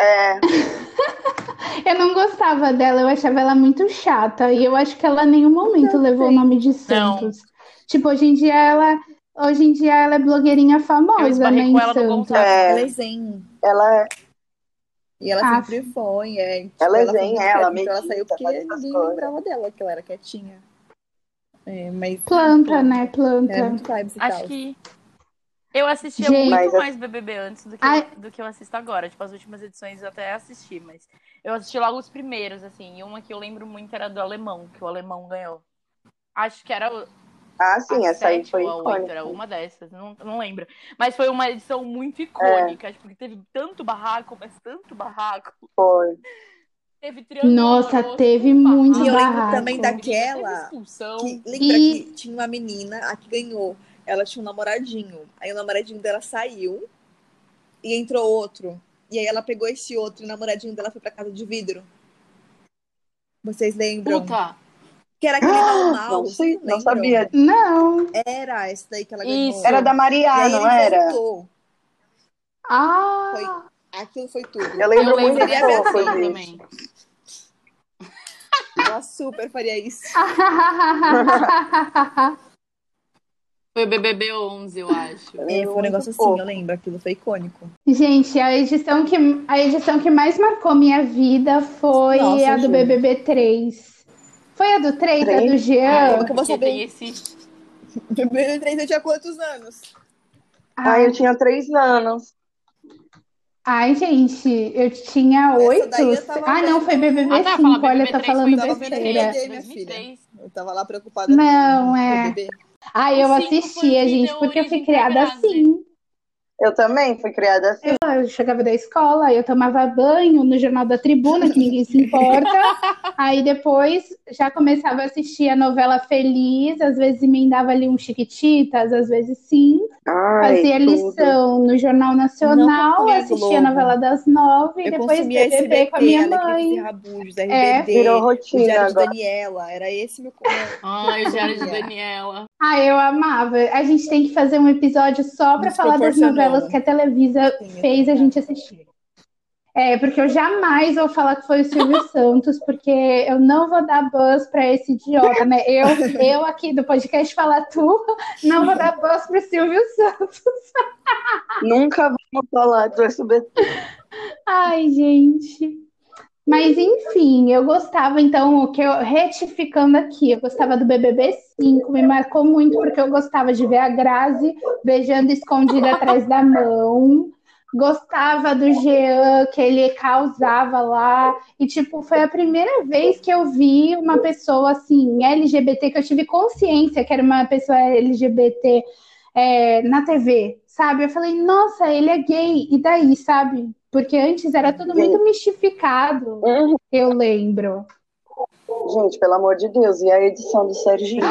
Speaker 5: É,
Speaker 3: Eu não gostava dela, eu achava ela muito chata. E eu acho que ela em nenhum momento levou o nome de Santos. Tipo, hoje em dia ela, hoje em dia ela é blogueirinha
Speaker 4: Eu
Speaker 3: famosa, né,
Speaker 4: esbarrei
Speaker 3: em
Speaker 4: com ela no
Speaker 3: Santos.
Speaker 4: Gonzaga.
Speaker 6: Ela
Speaker 5: é,
Speaker 6: é zen.
Speaker 5: ela é.
Speaker 6: E ela
Speaker 3: Ah,
Speaker 6: sempre foi, é. Tipo,
Speaker 5: Ela é
Speaker 6: foi
Speaker 5: zen,
Speaker 6: muito
Speaker 5: ela
Speaker 6: quieta, então ela
Speaker 5: medita,
Speaker 6: saiu porque
Speaker 5: faz essas
Speaker 6: ninguém
Speaker 5: coisas.
Speaker 6: lembrava dela, que ela era quietinha. É, mas.
Speaker 3: Planta, né?
Speaker 6: Ela é
Speaker 3: Planta.
Speaker 6: muito vibes e
Speaker 4: Acho
Speaker 6: tal.
Speaker 4: que eu assistia
Speaker 3: Gente.
Speaker 4: muito
Speaker 5: Mas-
Speaker 4: mais BBB antes do que,
Speaker 3: Ai.
Speaker 4: do que eu assisto agora. Tipo, as últimas edições eu até assisti, mas eu assisti logo os primeiros, assim. E uma que eu lembro muito era do alemão, que o alemão ganhou. Acho que era o-
Speaker 5: Ah, sim,
Speaker 4: a
Speaker 5: essa aí
Speaker 4: sete
Speaker 5: foi
Speaker 4: ou a oito,
Speaker 5: icônica.
Speaker 4: era uma dessas, não, não lembro. Mas foi uma edição muito icônica, tipo, que teve tanto barraco, mas tanto barraco.
Speaker 5: Foi.
Speaker 4: Teve triângulo
Speaker 3: Nossa,
Speaker 4: amoroso,
Speaker 3: teve
Speaker 4: um
Speaker 3: muito
Speaker 4: barraco.
Speaker 6: E eu lembro
Speaker 3: barraco.
Speaker 6: também daquela
Speaker 4: Teve expulsão.
Speaker 6: Que, lembra
Speaker 3: E-
Speaker 6: que tinha uma menina, a que ganhou, ela tinha um namoradinho. Aí o namoradinho dela saiu e entrou outro. E aí ela pegou esse outro e o namoradinho dela foi pra casa de vidro. Vocês lembram?
Speaker 4: Puta!
Speaker 6: Que era aquele normal.
Speaker 5: Ah, Não sei,
Speaker 6: vocês
Speaker 5: não
Speaker 6: lembram?
Speaker 5: sabia.
Speaker 3: Não.
Speaker 6: Era esse daí que ela
Speaker 4: Isso.
Speaker 6: ganhou.
Speaker 5: Era da
Speaker 6: E
Speaker 5: Maria,
Speaker 6: aí
Speaker 5: não
Speaker 6: ele
Speaker 5: era?
Speaker 6: voltou.
Speaker 3: Ah,
Speaker 6: Foi. Aquilo foi tudo.
Speaker 5: Eu lembro
Speaker 4: Eu
Speaker 5: muito
Speaker 4: lembro
Speaker 6: Seria
Speaker 4: dessa
Speaker 5: pouco
Speaker 4: edição
Speaker 5: disso.
Speaker 4: também.
Speaker 6: Ela super faria isso.
Speaker 4: Foi o BBB 11, eu acho.
Speaker 5: Eu
Speaker 6: É,
Speaker 5: lembro
Speaker 6: foi um
Speaker 5: muito
Speaker 6: negócio assim,
Speaker 5: pouco.
Speaker 6: eu lembro. Aquilo foi icônico.
Speaker 3: Gente, a edição que, a edição que mais marcou minha vida foi
Speaker 6: Nossa,
Speaker 3: a do
Speaker 6: juro.
Speaker 3: BBB 3. Foi a do 3, a
Speaker 5: Três?
Speaker 3: do Jean?
Speaker 6: Como que Ah, eu vou
Speaker 4: Porque
Speaker 6: saber?
Speaker 4: tem esse...
Speaker 6: Primeiro três eu tinha quantos anos?
Speaker 3: Ah,
Speaker 5: Ai, Ah, eu tinha três anos.
Speaker 3: Ai, gente, eu tinha
Speaker 6: Essa
Speaker 3: oito.
Speaker 6: daí eu tava
Speaker 3: Ah, não,
Speaker 6: vendo.
Speaker 3: foi BBB
Speaker 4: Ah,
Speaker 3: 5.
Speaker 4: tá, fala
Speaker 3: Olha,
Speaker 4: BBB
Speaker 3: eu tô
Speaker 4: 3
Speaker 3: falando
Speaker 4: foi em
Speaker 3: besteira.
Speaker 4: 2003,
Speaker 6: minha
Speaker 4: 2003.
Speaker 6: Eu tava lá preocupada
Speaker 3: Não,
Speaker 6: com
Speaker 3: é.
Speaker 6: o bebê.
Speaker 3: Ai, eu
Speaker 4: O cinco foi o
Speaker 3: assistia,
Speaker 4: que
Speaker 3: gente,
Speaker 4: deu
Speaker 3: porque eu fui
Speaker 4: origem pra
Speaker 3: criada
Speaker 4: Grazi.
Speaker 3: assim.
Speaker 5: Eu também fui criada assim.
Speaker 3: Eu chegava da escola, eu tomava banho no Jornal da Tribuna, que ninguém se importa. Aí depois já começava a assistir a novela Feliz, às vezes emendava ali um Chiquititas, às vezes sim.
Speaker 5: Ai,
Speaker 3: Fazia
Speaker 5: tudo.
Speaker 3: lição no Jornal
Speaker 6: Não
Speaker 3: Nacional,
Speaker 6: consumia
Speaker 3: assistia a
Speaker 6: Globo.
Speaker 3: novela das nove e
Speaker 6: Eu
Speaker 3: depois
Speaker 6: consumia
Speaker 3: BBB
Speaker 6: SBT,
Speaker 3: com a minha
Speaker 6: Alecrim
Speaker 3: mãe.
Speaker 6: Ferrabujos,
Speaker 3: É.
Speaker 6: RBD,
Speaker 5: Virou
Speaker 6: o
Speaker 5: rotina
Speaker 6: Diário de
Speaker 5: agora.
Speaker 6: Daniela. Era esse meu...
Speaker 4: Ai, o Diário de
Speaker 6: Olha.
Speaker 4: Daniela.
Speaker 3: Ah, eu amava. A gente tem que fazer um episódio só pra falar das
Speaker 6: Desproporcionou.
Speaker 3: novelas que a Televisa
Speaker 6: Sim, é
Speaker 3: fez a
Speaker 6: verdade.
Speaker 3: gente assistir. É, porque eu jamais vou falar que foi o Silvio Santos, porque eu não vou dar buzz pra esse idiota, né? Eu, eu aqui do podcast Fala Tu, não vou dar buzz pro Silvio Santos.
Speaker 5: Nunca vamos falar do SBT.
Speaker 3: Ai, gente. Mas enfim, eu gostava, então, o que eu retificando aqui, eu gostava do BBB 5, me marcou muito porque eu gostava de ver a Grazi beijando escondida atrás da mão. Gostava do Jean que ele causava lá. E, tipo, foi a primeira vez que eu vi uma pessoa assim, LGBT, que eu tive consciência que era uma pessoa LGBT é, na TV, sabe? Eu falei, nossa, ele é gay, e daí, sabe? Porque antes era tudo muito mistificado,
Speaker 6: É.
Speaker 5: Uhum.
Speaker 3: eu lembro.
Speaker 5: Gente, pelo amor de Deus. E a edição do Serginho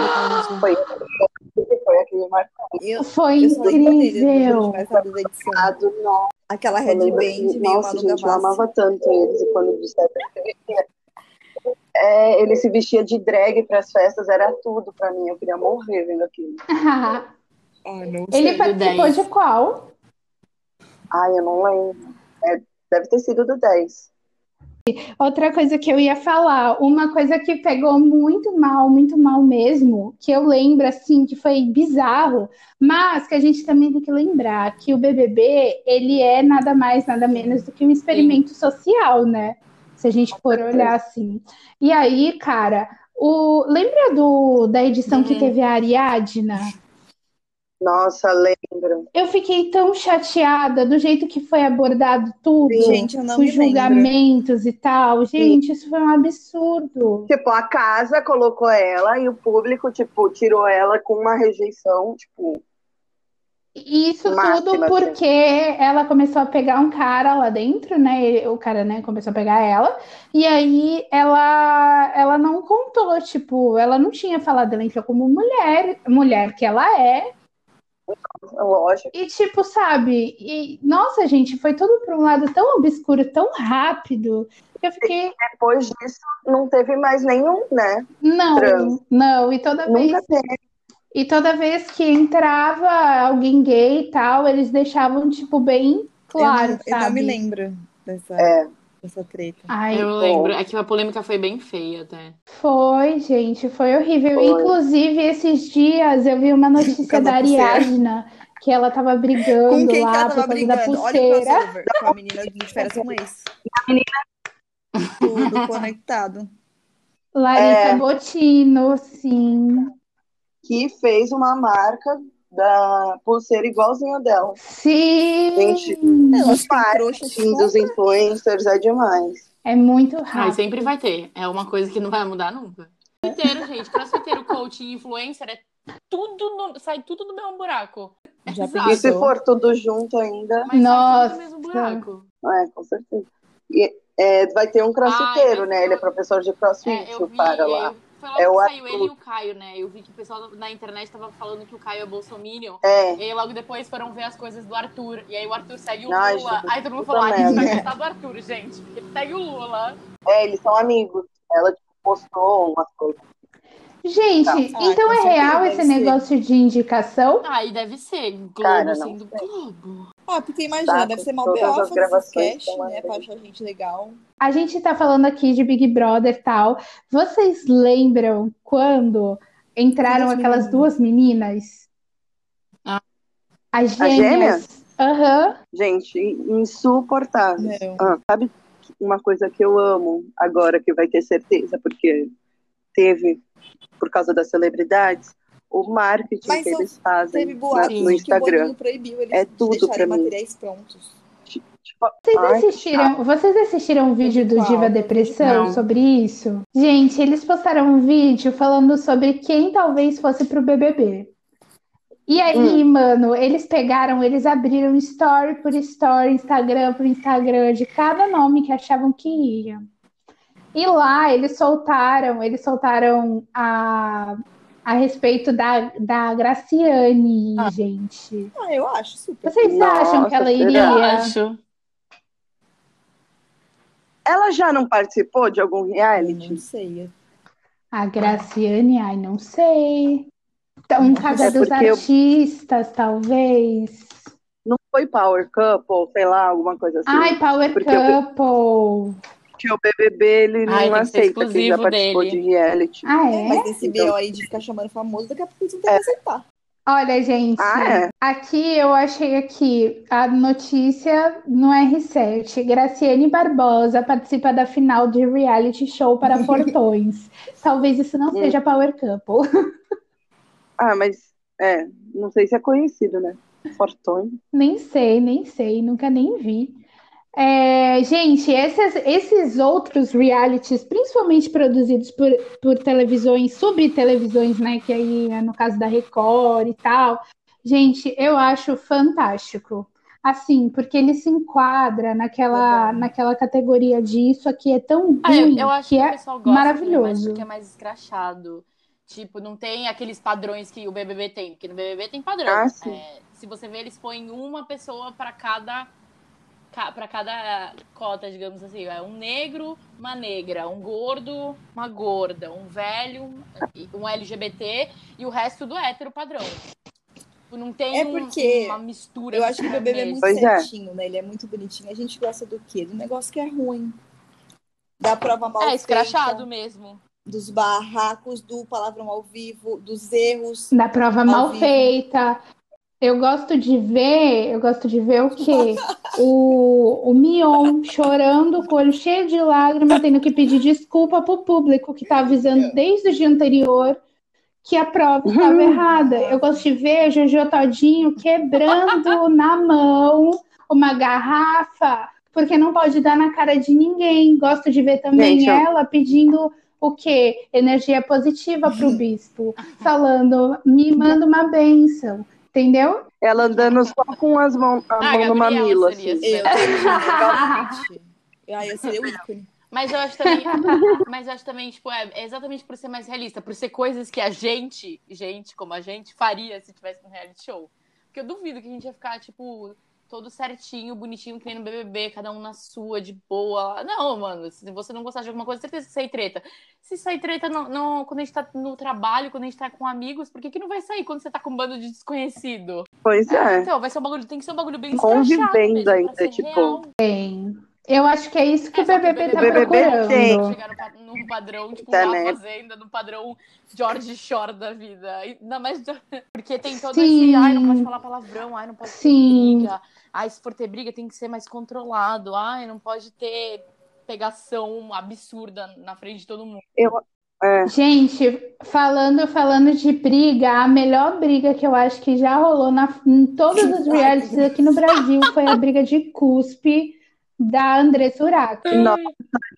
Speaker 5: foi, foi aquele
Speaker 6: Eu,
Speaker 3: Foi
Speaker 6: eu sou inteira
Speaker 3: incrível.
Speaker 6: do faz a edição.
Speaker 5: marcado. Nossa,
Speaker 6: Aquela
Speaker 5: eu
Speaker 6: Red
Speaker 5: lembro
Speaker 6: Band
Speaker 5: que,
Speaker 6: meio
Speaker 5: nossa
Speaker 6: maluca
Speaker 5: gente, eu
Speaker 6: massa.
Speaker 5: amava tanto eles. E quando disseram é, ele se vestia de drag para as festas, era tudo pra mim. Eu queria morrer vendo aquilo.
Speaker 6: Ah, não
Speaker 3: ele
Speaker 6: sei.
Speaker 3: participou
Speaker 4: 10.
Speaker 3: de qual?
Speaker 5: Ai, eu não lembro. É, deve ter sido do 10.
Speaker 3: Outra coisa que eu ia falar, uma coisa que pegou muito mal, muito mal mesmo, que eu lembro assim, que foi bizarro, mas que a gente também tem que lembrar que o BBB, ele é nada mais, nada menos do que um experimento social, né? Se a gente for olhar assim. E aí, cara, o lembra do da edição que
Speaker 4: Uhum.
Speaker 3: teve a Ariadna?
Speaker 5: Nossa, lembro.
Speaker 3: Eu fiquei tão chateada do jeito que foi abordado tudo,
Speaker 6: Gente, eu não me
Speaker 3: os
Speaker 6: lembro.
Speaker 3: julgamentos e tal. Gente, isso foi um absurdo.
Speaker 5: Tipo, a casa colocou ela e o público, tipo, tirou ela com uma rejeição, tipo,
Speaker 3: E Isso
Speaker 5: Máxima,
Speaker 3: tudo
Speaker 5: assim.
Speaker 3: porque ela começou a pegar um cara lá dentro, né? E O cara, né, começou a pegar ela. E aí ela, ela não contou, tipo, ela não tinha falado, ela entrou como mulher, mulher que ela é,
Speaker 5: lógico.
Speaker 3: E tipo, sabe? E nossa, gente, foi tudo para um lado tão obscuro, tão rápido, que eu fiquei,
Speaker 5: Depois disso, não teve mais nenhum, né?
Speaker 3: não,
Speaker 5: Trans.
Speaker 3: não. E toda vez,
Speaker 5: Nunca teve.
Speaker 3: e toda vez que entrava alguém gay e tal, eles deixavam tipo bem claro,
Speaker 6: eu, não, eu não me
Speaker 3: sabe?
Speaker 6: lembro dessa,
Speaker 5: É.
Speaker 6: dessa treta.
Speaker 3: Ai,
Speaker 4: Eu lembro. É que a polêmica foi bem feia até.
Speaker 3: Foi, gente, foi horrível.
Speaker 5: Foi.
Speaker 3: Inclusive, esses dias eu vi uma notícia
Speaker 6: causa
Speaker 3: da
Speaker 6: da pulseira.
Speaker 3: Ariadna, que ela tava
Speaker 6: Com
Speaker 3: brigando
Speaker 6: quem que
Speaker 3: lá
Speaker 6: ela
Speaker 3: por
Speaker 6: tava
Speaker 3: causa da
Speaker 6: brigando? Olha o
Speaker 3: pulseira.
Speaker 6: crossover com a menina de férias com ex. Tudo conectado.
Speaker 3: Larissa
Speaker 5: É.
Speaker 3: Bottino, sim.
Speaker 5: Que fez uma marca da pulseira igualzinha dela.
Speaker 3: Sim!
Speaker 5: Gente,
Speaker 6: Ela
Speaker 5: os marketing dos influencers é demais.
Speaker 3: É muito
Speaker 4: Mas
Speaker 3: rápido.
Speaker 4: sempre vai ter. É uma coisa que não vai mudar nunca. Inteiro, gente. Crossfiteiro, coach e influencer é tudo no- sai tudo do mesmo buraco.
Speaker 6: Já
Speaker 4: Exato.
Speaker 5: E se
Speaker 6: pensou?
Speaker 5: for tudo junto ainda,
Speaker 4: Mas sai tudo
Speaker 3: Nossa.
Speaker 4: do mesmo buraco.
Speaker 5: é, com certeza. E, é, vai ter um crossfiteiro,
Speaker 4: Ai, mas
Speaker 5: né? Ele é
Speaker 4: eu-
Speaker 5: professor de crossfit,
Speaker 4: É, eu
Speaker 5: o
Speaker 4: vi.
Speaker 5: cara
Speaker 4: eu-
Speaker 5: lá.
Speaker 4: foi logo
Speaker 5: É o
Speaker 4: que saiu
Speaker 5: Arthur.
Speaker 4: ele e o Caio, né? Eu vi que o pessoal na internet tava falando que o Caio é bolsominion.
Speaker 5: É,
Speaker 4: E aí logo depois foram ver as coisas do Arthur. E aí o Arthur segue o
Speaker 5: Ai,
Speaker 4: Lula.
Speaker 5: Jesus,
Speaker 4: Aí todo mundo
Speaker 5: puta
Speaker 4: falou, ah, a gente vai
Speaker 5: merda."
Speaker 4: gostar do Arthur, gente. Porque ele segue o Lula.
Speaker 5: é, eles são amigos. Ela tipo, postou umas coisas.
Speaker 3: Gente,
Speaker 6: Ah,
Speaker 3: então
Speaker 6: com
Speaker 3: é
Speaker 6: certeza
Speaker 3: real
Speaker 6: deve
Speaker 3: esse
Speaker 6: ser.
Speaker 3: negócio de indicação?
Speaker 4: Ah, e deve ser Globo
Speaker 5: Cara, não
Speaker 4: sendo Globo.
Speaker 6: Ah, porque imagina,
Speaker 5: Tá,
Speaker 6: deve ser mal
Speaker 5: todas
Speaker 6: BO
Speaker 5: as
Speaker 6: fazer
Speaker 5: gravações
Speaker 6: esses cash,
Speaker 5: estão
Speaker 6: né?
Speaker 5: ali.
Speaker 6: Pra achar gente legal.
Speaker 3: A gente tá falando aqui de Big Brother e tal. Vocês lembram quando entraram
Speaker 6: Duas
Speaker 3: aquelas
Speaker 6: meninas.
Speaker 3: duas meninas?
Speaker 4: Ah.
Speaker 3: As
Speaker 5: As
Speaker 3: gêmeas? Aham.
Speaker 5: Gente, insuportável.
Speaker 6: Não.
Speaker 5: Ah, sabe uma coisa que eu amo agora que vai ter certeza, porque teve, por causa das celebridades, o marketing
Speaker 6: Mas
Speaker 5: que
Speaker 6: eu-
Speaker 5: eles fazem
Speaker 6: Teve
Speaker 5: na-
Speaker 6: boato
Speaker 5: no
Speaker 6: de que o
Speaker 5: Instagram.
Speaker 6: Boninho proibiu eles
Speaker 5: É
Speaker 6: de
Speaker 5: tudo
Speaker 6: deixarem
Speaker 5: pra mim.
Speaker 6: materiais prontos.
Speaker 5: Tipo,
Speaker 3: Vocês
Speaker 5: ai,
Speaker 3: assistiram, vocês assistiram o vídeo do
Speaker 6: Qual?
Speaker 3: Diva Depressão
Speaker 4: Não.
Speaker 3: sobre isso? Gente, eles postaram um vídeo falando sobre quem talvez fosse pro BBB. E aí,
Speaker 5: Hum.
Speaker 3: mano, eles pegaram, eles abriram story por story, Instagram por Instagram, de cada nome que achavam que ia. E lá eles soltaram, eles soltaram a, a respeito da, da Graciane, gente.
Speaker 6: Ah, eu acho super.
Speaker 3: Vocês acham que
Speaker 5: Nossa,
Speaker 3: ela
Speaker 5: será?
Speaker 3: iria?
Speaker 5: Eu
Speaker 4: acho.
Speaker 5: ela já não participou de algum
Speaker 6: Não
Speaker 5: reality?
Speaker 6: sei.
Speaker 3: A Graciane, ai, não sei. Então, Um
Speaker 6: Nossa,
Speaker 3: casa
Speaker 5: é
Speaker 3: dos
Speaker 5: porque eu-
Speaker 3: artistas, talvez.
Speaker 5: Não foi foi Power Couple, sei lá, alguma coisa assim.
Speaker 3: Ai, Power
Speaker 5: Porque
Speaker 3: Couple.
Speaker 5: Que o BBB ele
Speaker 4: Ai,
Speaker 5: não
Speaker 4: tem que ser
Speaker 5: aceita quem já
Speaker 4: exclusivo
Speaker 5: participou
Speaker 4: dele.
Speaker 5: de reality.
Speaker 3: Ah,
Speaker 6: É,
Speaker 3: é?
Speaker 6: mas esse
Speaker 5: Então.
Speaker 6: BO aí de ficar chamando famoso, daqui a pouco eles não
Speaker 5: É.
Speaker 6: tem que aceitar.
Speaker 3: Olha, gente.
Speaker 5: Ah, é?
Speaker 3: Aqui eu achei aqui a notícia no R7. Graciane Barbosa participa da final de reality show para portões. Talvez isso não
Speaker 5: Hum.
Speaker 3: seja Power Couple.
Speaker 5: Ah, mas é, não sei se é conhecido, né? Fortune.
Speaker 3: Nem sei, nem sei, nunca nem vi. É, gente, esses, esses outros realities, principalmente produzidos por, por televisões, subtelevisões, né? Que aí é no caso da Record e tal, gente, eu acho fantástico. Assim, porque ele se enquadra naquela, naquela categoria de isso aqui é tão
Speaker 4: Ah, eu,
Speaker 3: ruim
Speaker 4: eu acho
Speaker 3: que
Speaker 4: que, o
Speaker 3: é
Speaker 4: pessoal gosta.
Speaker 3: maravilhoso.
Speaker 4: mas acho que é mais escrachado. Tipo, não tem aqueles padrões que o BBB tem. Porque no BBB tem padrão.
Speaker 5: Ah, sim.
Speaker 4: É, se você ver, eles põem uma pessoa pra cada... ca- pra cada cota, digamos assim. É um negro, uma negra. Um gordo, uma gorda. Um velho, um LGBT. E o resto tudo hétero padrão. Tipo, Não tem
Speaker 6: É
Speaker 4: um-
Speaker 6: porque
Speaker 4: uma mistura.
Speaker 6: Eu acho que o
Speaker 4: mesmo.
Speaker 6: bebê é muito
Speaker 5: Pois é.
Speaker 6: certinho, né? Ele é muito bonitinho. A gente gosta do quê? Do negócio que é ruim. Da prova mal
Speaker 4: É, escrachado
Speaker 6: feita,
Speaker 4: mesmo.
Speaker 6: dos barracos, do palavrão ao vivo, dos erros.
Speaker 3: Da prova mal
Speaker 6: vivo.
Speaker 3: feita. Eu gosto de ver, eu gosto de ver o quê? O, o Mion chorando, com o olho cheio de lágrimas, tendo que pedir desculpa pro público que tá avisando desde o dia anterior que a prova estava errada. Eu gosto de ver o Jojo Todinho quebrando na mão uma garrafa, porque não pode dar na cara de ninguém. Gosto de ver também
Speaker 5: Gente, eu-
Speaker 3: ela pedindo o quê? Energia positiva pro bispo, falando, me manda uma bênção, entendeu?
Speaker 5: Ela andando só com as mãos, a
Speaker 4: Ah,
Speaker 5: mão no
Speaker 4: Gabriela
Speaker 5: mamilo,
Speaker 4: seria
Speaker 5: assim.
Speaker 4: essa.
Speaker 6: Eu, realmente. Aí eu seria o ícone.
Speaker 4: Mas eu acho também, mas eu acho também, tipo, é é exatamente por ser mais realista, por ser coisas que a gente, gente como a gente, faria se tivesse um reality show. Porque eu duvido que a gente ia ficar, tipo, todo certinho, bonitinho, que nem no BBB, cada um na sua, de boa. Não, mano, se você não gostar de alguma coisa, certeza que sai treta. Se sai treta não, não- quando a gente tá no trabalho, quando a gente tá com amigos, por que, que não vai sair quando você tá com um bando de desconhecido?
Speaker 5: Pois é.
Speaker 4: Então, vai ser um bagulho, tem que ser um bagulho bem
Speaker 5: Convivendo
Speaker 4: escrachado mesmo, pra
Speaker 5: ainda,
Speaker 4: ser
Speaker 5: tipo,
Speaker 4: real.
Speaker 3: Eu acho que é isso que
Speaker 4: É,
Speaker 3: o
Speaker 4: só que
Speaker 3: BBB tá
Speaker 5: o BBB
Speaker 3: procurando.
Speaker 5: tem.
Speaker 4: Chegar no, pa- num padrão, tipo,
Speaker 5: Tá,
Speaker 4: a
Speaker 5: né?
Speaker 4: fazenda, no padrão George Shore da vida. E Ainda mais. do- Porque tem todo
Speaker 3: Sim.
Speaker 4: esse. Ai, não pode falar palavrão, ai, não pode ter
Speaker 3: Sim.
Speaker 4: briga. Ai, se for ter briga, tem que ser mais controlado. Ai, não pode ter pegação absurda na frente de todo mundo.
Speaker 5: é.
Speaker 3: Gente, falando, falando de briga, a melhor briga que eu acho que já rolou na, em todos os realities aqui no Brasil foi a briga de cuspe da Andressa Urach.
Speaker 5: Nossa,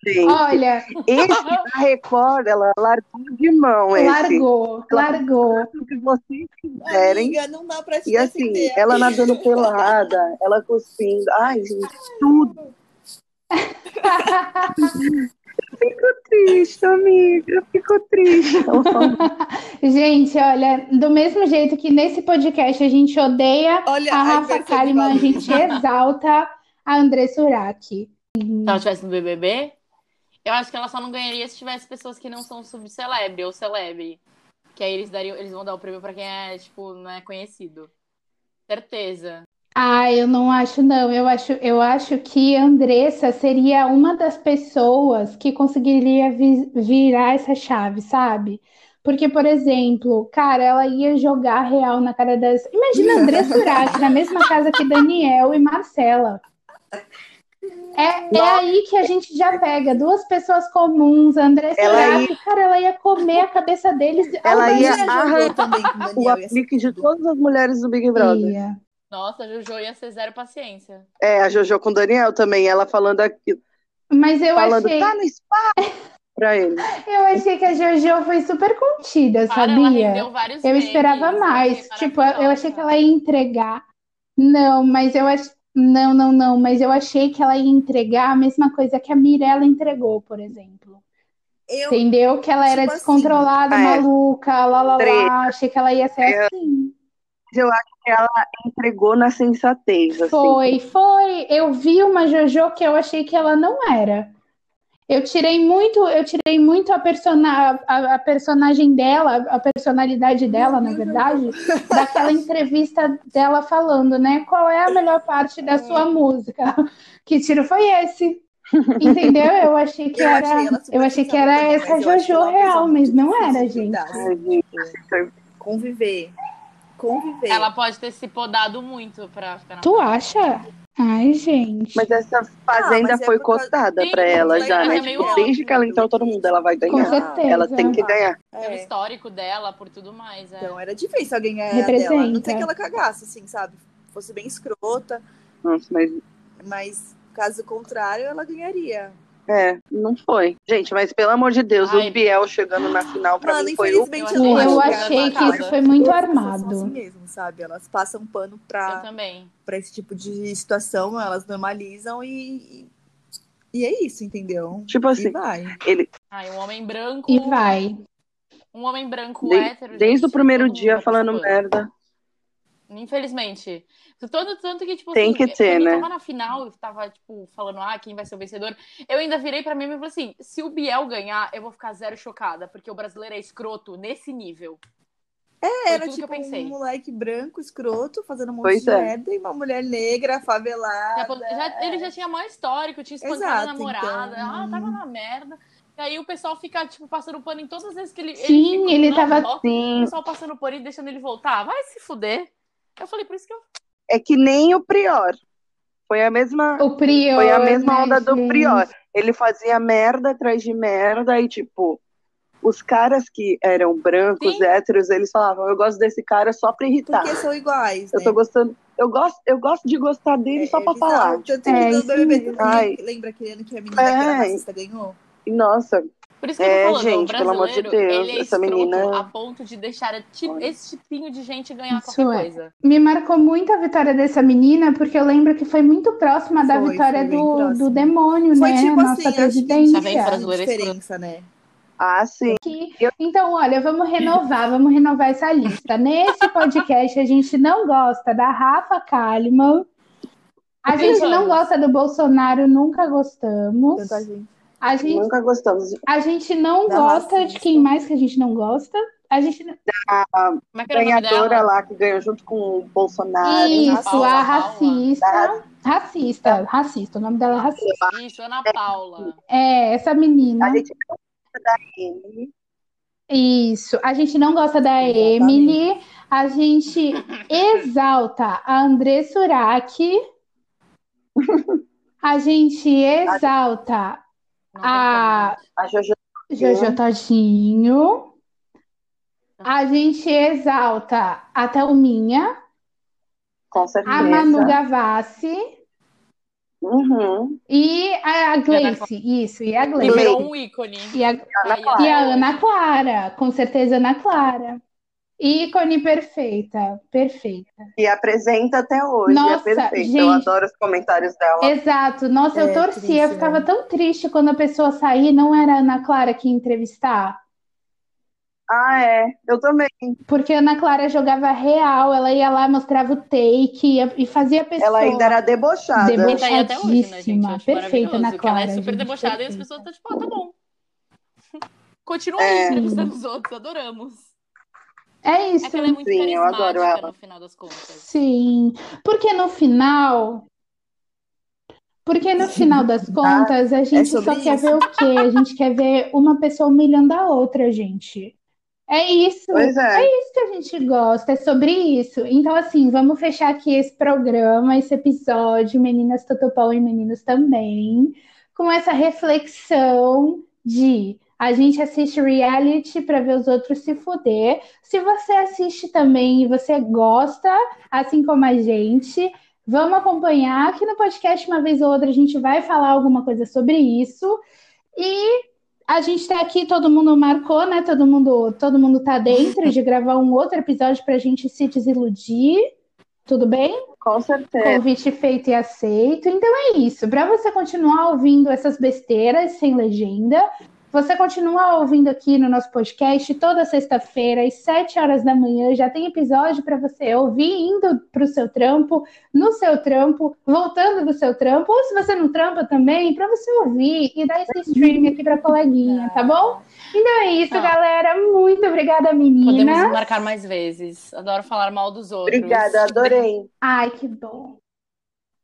Speaker 5: gente.
Speaker 3: Olha,
Speaker 5: Esse da Record, ela largou de mão esse.
Speaker 3: largou, largou.
Speaker 5: O que vocês quiserem.
Speaker 6: Amiga, não dá pra te
Speaker 5: E assim,
Speaker 6: defender.
Speaker 5: ela nadando pelada, ela cuspindo. Ai, gente, tudo triste, amiga. Ficou triste.
Speaker 3: É um
Speaker 5: Ela falou,
Speaker 3: Gente, olha, do mesmo jeito que nesse podcast a gente odeia
Speaker 6: Olha
Speaker 3: a Rafa
Speaker 6: inversão de
Speaker 3: Kalimann, a
Speaker 6: valores.
Speaker 3: gente exalta a Andressa Urach.
Speaker 4: Se ela estivesse no BBB, eu acho que ela só não ganharia se tivesse pessoas que não são subcelebre ou celebre. Que aí eles, dariam, eles vão dar o prêmio pra quem é, tipo, não é conhecido. Certeza.
Speaker 3: Ah, eu não acho, não. Eu acho, eu acho que Andressa seria uma das pessoas que conseguiria vi- virar essa chave, sabe? Porque, por exemplo, cara, ela ia jogar real na cara das. Imagina Andressa Urach na mesma casa que Daniel e Marcela. É, é aí que a gente já pega duas pessoas comuns, Andressa
Speaker 5: Ela
Speaker 3: Urach, cara, ela ia comer a cabeça deles
Speaker 5: Ela
Speaker 6: Mas
Speaker 5: ia
Speaker 6: já jogou
Speaker 5: arrancar
Speaker 6: também com o
Speaker 5: o
Speaker 6: Daniel, ia ser
Speaker 5: aplique de
Speaker 6: tudo.
Speaker 5: todas as mulheres do Big Brother.
Speaker 3: Ia.
Speaker 4: Nossa, a Jojo ia ser zero paciência.
Speaker 5: É, a Jojo com o Daniel também, ela falando aqui,
Speaker 3: Mas eu
Speaker 5: falando,
Speaker 3: achei,
Speaker 5: tá no spa pra ele.
Speaker 3: eu achei que a Jojo foi super contida,
Speaker 4: Cara, ela
Speaker 3: sabia?
Speaker 4: rendeu vários
Speaker 3: Eu
Speaker 4: memes, assim,
Speaker 3: esperava
Speaker 4: achei
Speaker 3: mais. Tipo, eu achei que
Speaker 4: é maravilhosa.
Speaker 3: ela ia entregar. Não, mas eu ach... Não, não, não. Mas eu achei que ela ia entregar a mesma coisa que a Mirella entregou, por exemplo.
Speaker 6: Eu,
Speaker 3: Entendeu? Que ela era
Speaker 6: Tipo assim.
Speaker 3: descontrolada,
Speaker 5: Ah, é.
Speaker 3: maluca, lá, lá,
Speaker 5: Treta.
Speaker 3: lá. Achei que ela ia ser
Speaker 5: É.
Speaker 3: assim.
Speaker 5: Entregou na sensatez, assim.
Speaker 3: Foi, foi. Eu vi uma Jojo que eu achei que ela não era. Eu tirei muito, eu tirei muito a, persona, a, a personagem dela, a personalidade dela, na verdade, daquela entrevista dela falando, né? Qual é a melhor parte da
Speaker 6: É.
Speaker 3: sua música? Que tiro foi esse? Entendeu? Eu achei que
Speaker 6: Eu
Speaker 3: era,
Speaker 6: achei ela super
Speaker 3: eu achei que era
Speaker 6: sensacional,
Speaker 3: essa
Speaker 6: mas eu acho
Speaker 3: Jojo
Speaker 6: ela uma pessoa
Speaker 3: real, mas
Speaker 6: muito
Speaker 3: não
Speaker 6: difícil
Speaker 3: era,
Speaker 6: de
Speaker 3: gente.
Speaker 6: lidar, assim,
Speaker 5: Ai, gente, foi-
Speaker 6: Conviver. Conviver.
Speaker 4: Ela pode ter se podado muito pra ficar na
Speaker 3: Tu acha? Ai, gente.
Speaker 5: Mas essa
Speaker 6: Ah,
Speaker 5: fazenda
Speaker 6: mas é
Speaker 5: foi
Speaker 6: por causa-
Speaker 5: costada
Speaker 4: Sim,
Speaker 5: pra
Speaker 4: mas
Speaker 5: ela
Speaker 4: é-
Speaker 5: já,
Speaker 4: mas
Speaker 5: né?
Speaker 4: é meio
Speaker 5: Tipo, desde que ela
Speaker 6: óbvio.
Speaker 5: entrou, todo mundo ela vai
Speaker 3: Com
Speaker 5: ganhar.
Speaker 3: certeza.
Speaker 5: Ela tem que ganhar.
Speaker 4: pelo
Speaker 6: É.
Speaker 4: histórico dela, por tudo mais. É.
Speaker 6: Então era difícil alguém ganhar
Speaker 3: Representa.
Speaker 6: dela. Não tem que ela cagasse, assim, sabe? Fosse bem escrota,
Speaker 5: Nossa, mas
Speaker 6: mas caso contrário, ela ganharia.
Speaker 5: é, não foi. Gente, mas pelo amor de Deus,
Speaker 4: Ai.
Speaker 5: o Biel chegando na final pra
Speaker 6: Mano,
Speaker 5: mim foi o.
Speaker 6: infelizmente
Speaker 4: eu achei- eu
Speaker 6: não acho que
Speaker 4: achei
Speaker 6: ela
Speaker 4: que
Speaker 6: ganhava.
Speaker 4: isso
Speaker 3: foi muito
Speaker 6: As pessoas
Speaker 3: armado.
Speaker 6: São assim mesmo, sabe? Elas passam pano
Speaker 5: tá.
Speaker 4: Eu
Speaker 6: pra,
Speaker 4: também.
Speaker 6: pra esse tipo de situação, elas normalizam e. E é isso, entendeu?
Speaker 5: Tipo
Speaker 6: E
Speaker 5: assim,
Speaker 6: vai.
Speaker 5: ele
Speaker 4: Ai, um homem branco.
Speaker 3: E vai.
Speaker 4: Um homem branco
Speaker 5: de-
Speaker 4: hétero.
Speaker 5: desde
Speaker 4: gente,
Speaker 5: o primeiro
Speaker 4: todo mundo
Speaker 5: dia
Speaker 4: tá
Speaker 5: falando
Speaker 4: participando.
Speaker 5: merda.
Speaker 4: Infelizmente. Todo, tanto que, tipo,
Speaker 5: Tem
Speaker 4: assim,
Speaker 5: que ter,
Speaker 4: quando
Speaker 5: né?
Speaker 4: eu tava na final, eu tava, tipo, falando, ah, quem vai ser o vencedor, eu ainda virei pra mim e falei assim: se o Biel ganhar, eu vou ficar zero chocada, porque o brasileiro é escroto nesse nível.
Speaker 6: É, era
Speaker 4: tudo que eu
Speaker 6: tipo
Speaker 4: pensei.
Speaker 6: um moleque branco, escroto, fazendo um monte
Speaker 5: Pois
Speaker 6: de
Speaker 5: é.
Speaker 6: merda, e uma mulher negra,
Speaker 4: Já-
Speaker 6: favelada.
Speaker 4: tá já- ele já tinha maior histórico, tinha espancado a
Speaker 6: Exato,
Speaker 4: namorada,
Speaker 6: então.
Speaker 4: ah, tava na merda. E aí o pessoal fica, tipo, passando pano em todas as vezes que ele.
Speaker 3: Sim,
Speaker 4: ficou
Speaker 3: ele
Speaker 4: na
Speaker 3: tava- assim.
Speaker 4: volta, O
Speaker 5: Sim.
Speaker 4: pessoal passando pano e deixando ele voltar. Vai se fuder. Eu falei, por isso que eu.
Speaker 5: É que nem o Prior. Foi a mesma.
Speaker 3: O Prior.
Speaker 5: Foi a mesma
Speaker 3: né,
Speaker 5: onda do
Speaker 3: gente?
Speaker 5: Prior. Ele fazia merda atrás de merda e, tipo, os caras que eram brancos,
Speaker 4: Sim.
Speaker 5: héteros, eles falavam, eu gosto desse cara só pra irritar.
Speaker 6: Porque são iguais.
Speaker 5: Eu
Speaker 6: né?
Speaker 5: tô gostando. Eu gosto, eu gosto de gostar dele
Speaker 6: É,
Speaker 5: só
Speaker 6: é
Speaker 5: pra
Speaker 6: bizarro.
Speaker 5: falar.
Speaker 6: Tanto que
Speaker 3: É,
Speaker 6: no
Speaker 3: isso
Speaker 6: BBB
Speaker 3: mesmo.
Speaker 6: também,
Speaker 5: Ai.
Speaker 6: lembra aquele ano que a menina que
Speaker 5: É.
Speaker 6: era racista ganhou?
Speaker 5: E, nossa,
Speaker 4: Por isso que eu
Speaker 5: É,
Speaker 4: tô falando, o
Speaker 5: gente, pelo amor de
Speaker 4: brasileiro, ele
Speaker 5: Deus,
Speaker 4: é
Speaker 5: essa
Speaker 4: escroto
Speaker 5: menina-
Speaker 4: a ponto de deixar ti-
Speaker 5: Olha.
Speaker 4: esse tipinho de gente ganhar
Speaker 3: Isso
Speaker 4: qualquer
Speaker 3: é.
Speaker 4: coisa.
Speaker 3: Me marcou muito a vitória dessa menina, porque eu lembro que foi muito próxima da
Speaker 6: Foi,
Speaker 3: vitória
Speaker 6: foi bem
Speaker 3: do,
Speaker 6: próxima.
Speaker 3: do demônio,
Speaker 6: Foi
Speaker 3: né?
Speaker 6: tipo
Speaker 3: Nossa
Speaker 6: assim, acho que
Speaker 3: presidência.
Speaker 4: Tá vendo,
Speaker 6: tinha
Speaker 4: brasileiro é
Speaker 6: diferença, né?
Speaker 5: ah, sim.
Speaker 3: Que-
Speaker 5: Eu-
Speaker 3: Então, olha, vamos renovar, vamos renovar essa lista. Nesse podcast, a gente não gosta da Rafa Kalimann, a gente não
Speaker 4: Vamos.
Speaker 3: gosta do Bolsonaro, nunca gostamos.
Speaker 6: Tanta gente.
Speaker 3: A gente,
Speaker 5: Nunca gostamos.
Speaker 3: a gente não
Speaker 6: Da
Speaker 3: gosta
Speaker 6: raça,
Speaker 3: de quem mais que a gente não gosta. A gente
Speaker 4: Como é que era o nome
Speaker 5: Ganhadora
Speaker 4: dela?
Speaker 5: lá que ganhou junto com o Bolsonaro.
Speaker 3: Isso, a
Speaker 4: Paula, Paula.
Speaker 3: racista. Racista, racista, o nome dela é racista.
Speaker 4: Isso, Ana Paula.
Speaker 3: É, essa
Speaker 5: A
Speaker 3: menina.
Speaker 5: gente não gosta da Emily.
Speaker 3: Isso. A gente não gosta da
Speaker 6: Exatamente.
Speaker 3: Emily. A gente exalta a André Suraki. A gente exalta
Speaker 4: Não tem
Speaker 3: a
Speaker 5: A Jojo
Speaker 3: Jojo Todinho. A gente exalta a Thelminha,
Speaker 5: com
Speaker 3: a
Speaker 5: certeza.
Speaker 3: Manu Gavassi
Speaker 5: Uhum.
Speaker 3: e a Gleice. Isso, e a
Speaker 4: como.
Speaker 3: Gleice.
Speaker 4: Liberou um ícone.
Speaker 3: E a,
Speaker 5: Ana
Speaker 4: Aí,
Speaker 5: Clara.
Speaker 3: e a Ana Clara, com certeza Ana Clara. Ícone perfeita, perfeita.
Speaker 5: E apresenta até hoje.
Speaker 3: Nossa,
Speaker 5: é perfeita. Eu
Speaker 3: gente. É
Speaker 5: adoro os comentários dela.
Speaker 3: Exato. Nossa, eu
Speaker 6: É,
Speaker 3: torcia,
Speaker 6: triste,
Speaker 3: eu
Speaker 6: né?
Speaker 3: ficava tão triste quando a pessoa saía, e não era a Ana Clara que ia entrevistar,
Speaker 5: Ah, é. Eu também.
Speaker 3: porque a Ana Clara jogava real, ela ia lá, mostrava o take ia- e fazia a pessoa.
Speaker 5: Ela ainda era debochada.
Speaker 4: E tá aí até hoje, né, gente? Eu
Speaker 3: Debochadíssima.
Speaker 4: acho
Speaker 3: Perfeita,
Speaker 4: maravilhoso.
Speaker 3: Ana
Speaker 4: que ela é
Speaker 3: Clara,
Speaker 4: super
Speaker 3: gente,
Speaker 4: debochada e as
Speaker 3: perfeita.
Speaker 4: pessoas estão tipo, ah, tá bom. Continua aí
Speaker 5: É.
Speaker 4: entrevistando os outros, adoramos.
Speaker 3: É
Speaker 4: É
Speaker 3: isso.
Speaker 4: que ela é muito
Speaker 5: Sim, eu
Speaker 4: carismática
Speaker 5: adoro ela.
Speaker 4: no final das contas.
Speaker 3: Sim, porque no final, porque no final das contas, a gente só
Speaker 6: Ah, é sobre
Speaker 3: quer
Speaker 6: isso.
Speaker 3: ver o quê? A gente quer ver uma pessoa humilhando a outra, gente. É isso.
Speaker 5: Pois é.
Speaker 3: isso que a gente gosta, é sobre isso. Então, assim, vamos fechar aqui esse programa, esse episódio, Meninas Totopão e Meninos também, com essa reflexão de a gente assiste reality para ver os outros se fuder. Se você assiste também e você gosta, assim como a gente, vamos acompanhar aqui no podcast uma vez ou outra a gente vai falar alguma coisa sobre isso. E a gente tá aqui, todo mundo marcou, né? Todo mundo, todo mundo tá dentro de gravar um outro episódio pra gente se desiludir. Tudo bem?
Speaker 5: Com certeza.
Speaker 3: Convite feito e é aceito. Então é isso. Pra você continuar ouvindo essas besteiras sem legenda, Você continua ouvindo aqui no nosso podcast toda sexta-feira, às 7 horas da manhã. Já tem episódio para você ouvir indo para o seu trampo, no seu trampo, voltando do seu trampo, ou se você não trampa também, para você ouvir e dar esse stream aqui para coleguinha, tá bom? Então é isso,
Speaker 4: Tá.
Speaker 3: galera. Muito obrigada,
Speaker 4: Podemos
Speaker 3: menina.
Speaker 4: marcar mais vezes. Adoro falar mal dos outros.
Speaker 5: Obrigada, adorei.
Speaker 3: Ai, que bom.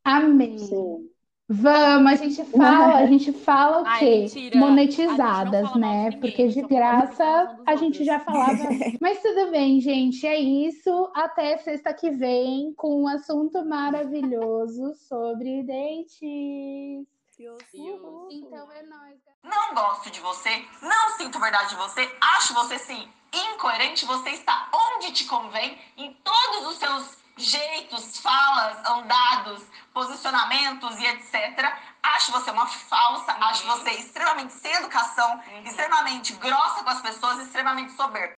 Speaker 3: Amei.
Speaker 5: Sim.
Speaker 3: Vamos, a gente fala, a gente fala o
Speaker 4: Ai,
Speaker 3: quê?
Speaker 4: mentira. A gente não
Speaker 3: Monetizadas,
Speaker 4: fala mal de
Speaker 3: né?
Speaker 4: ninguém,
Speaker 3: Porque de
Speaker 4: só fala mal de
Speaker 3: graça
Speaker 4: reclamação dos
Speaker 3: a gente
Speaker 4: outros.
Speaker 3: já falava. Mas tudo bem, gente, é isso. Até sexta que vem com um assunto maravilhoso sobre dentes. Então é nóis,
Speaker 7: Não gosto de você, não sinto verdade de você, acho você sim incoerente, você está onde te convém, em todos os seus jeitos, falas, andados, posicionamentos e etc. Acho você uma falsa, acho você extremamente sem educação, extremamente grossa com as pessoas, extremamente soberba.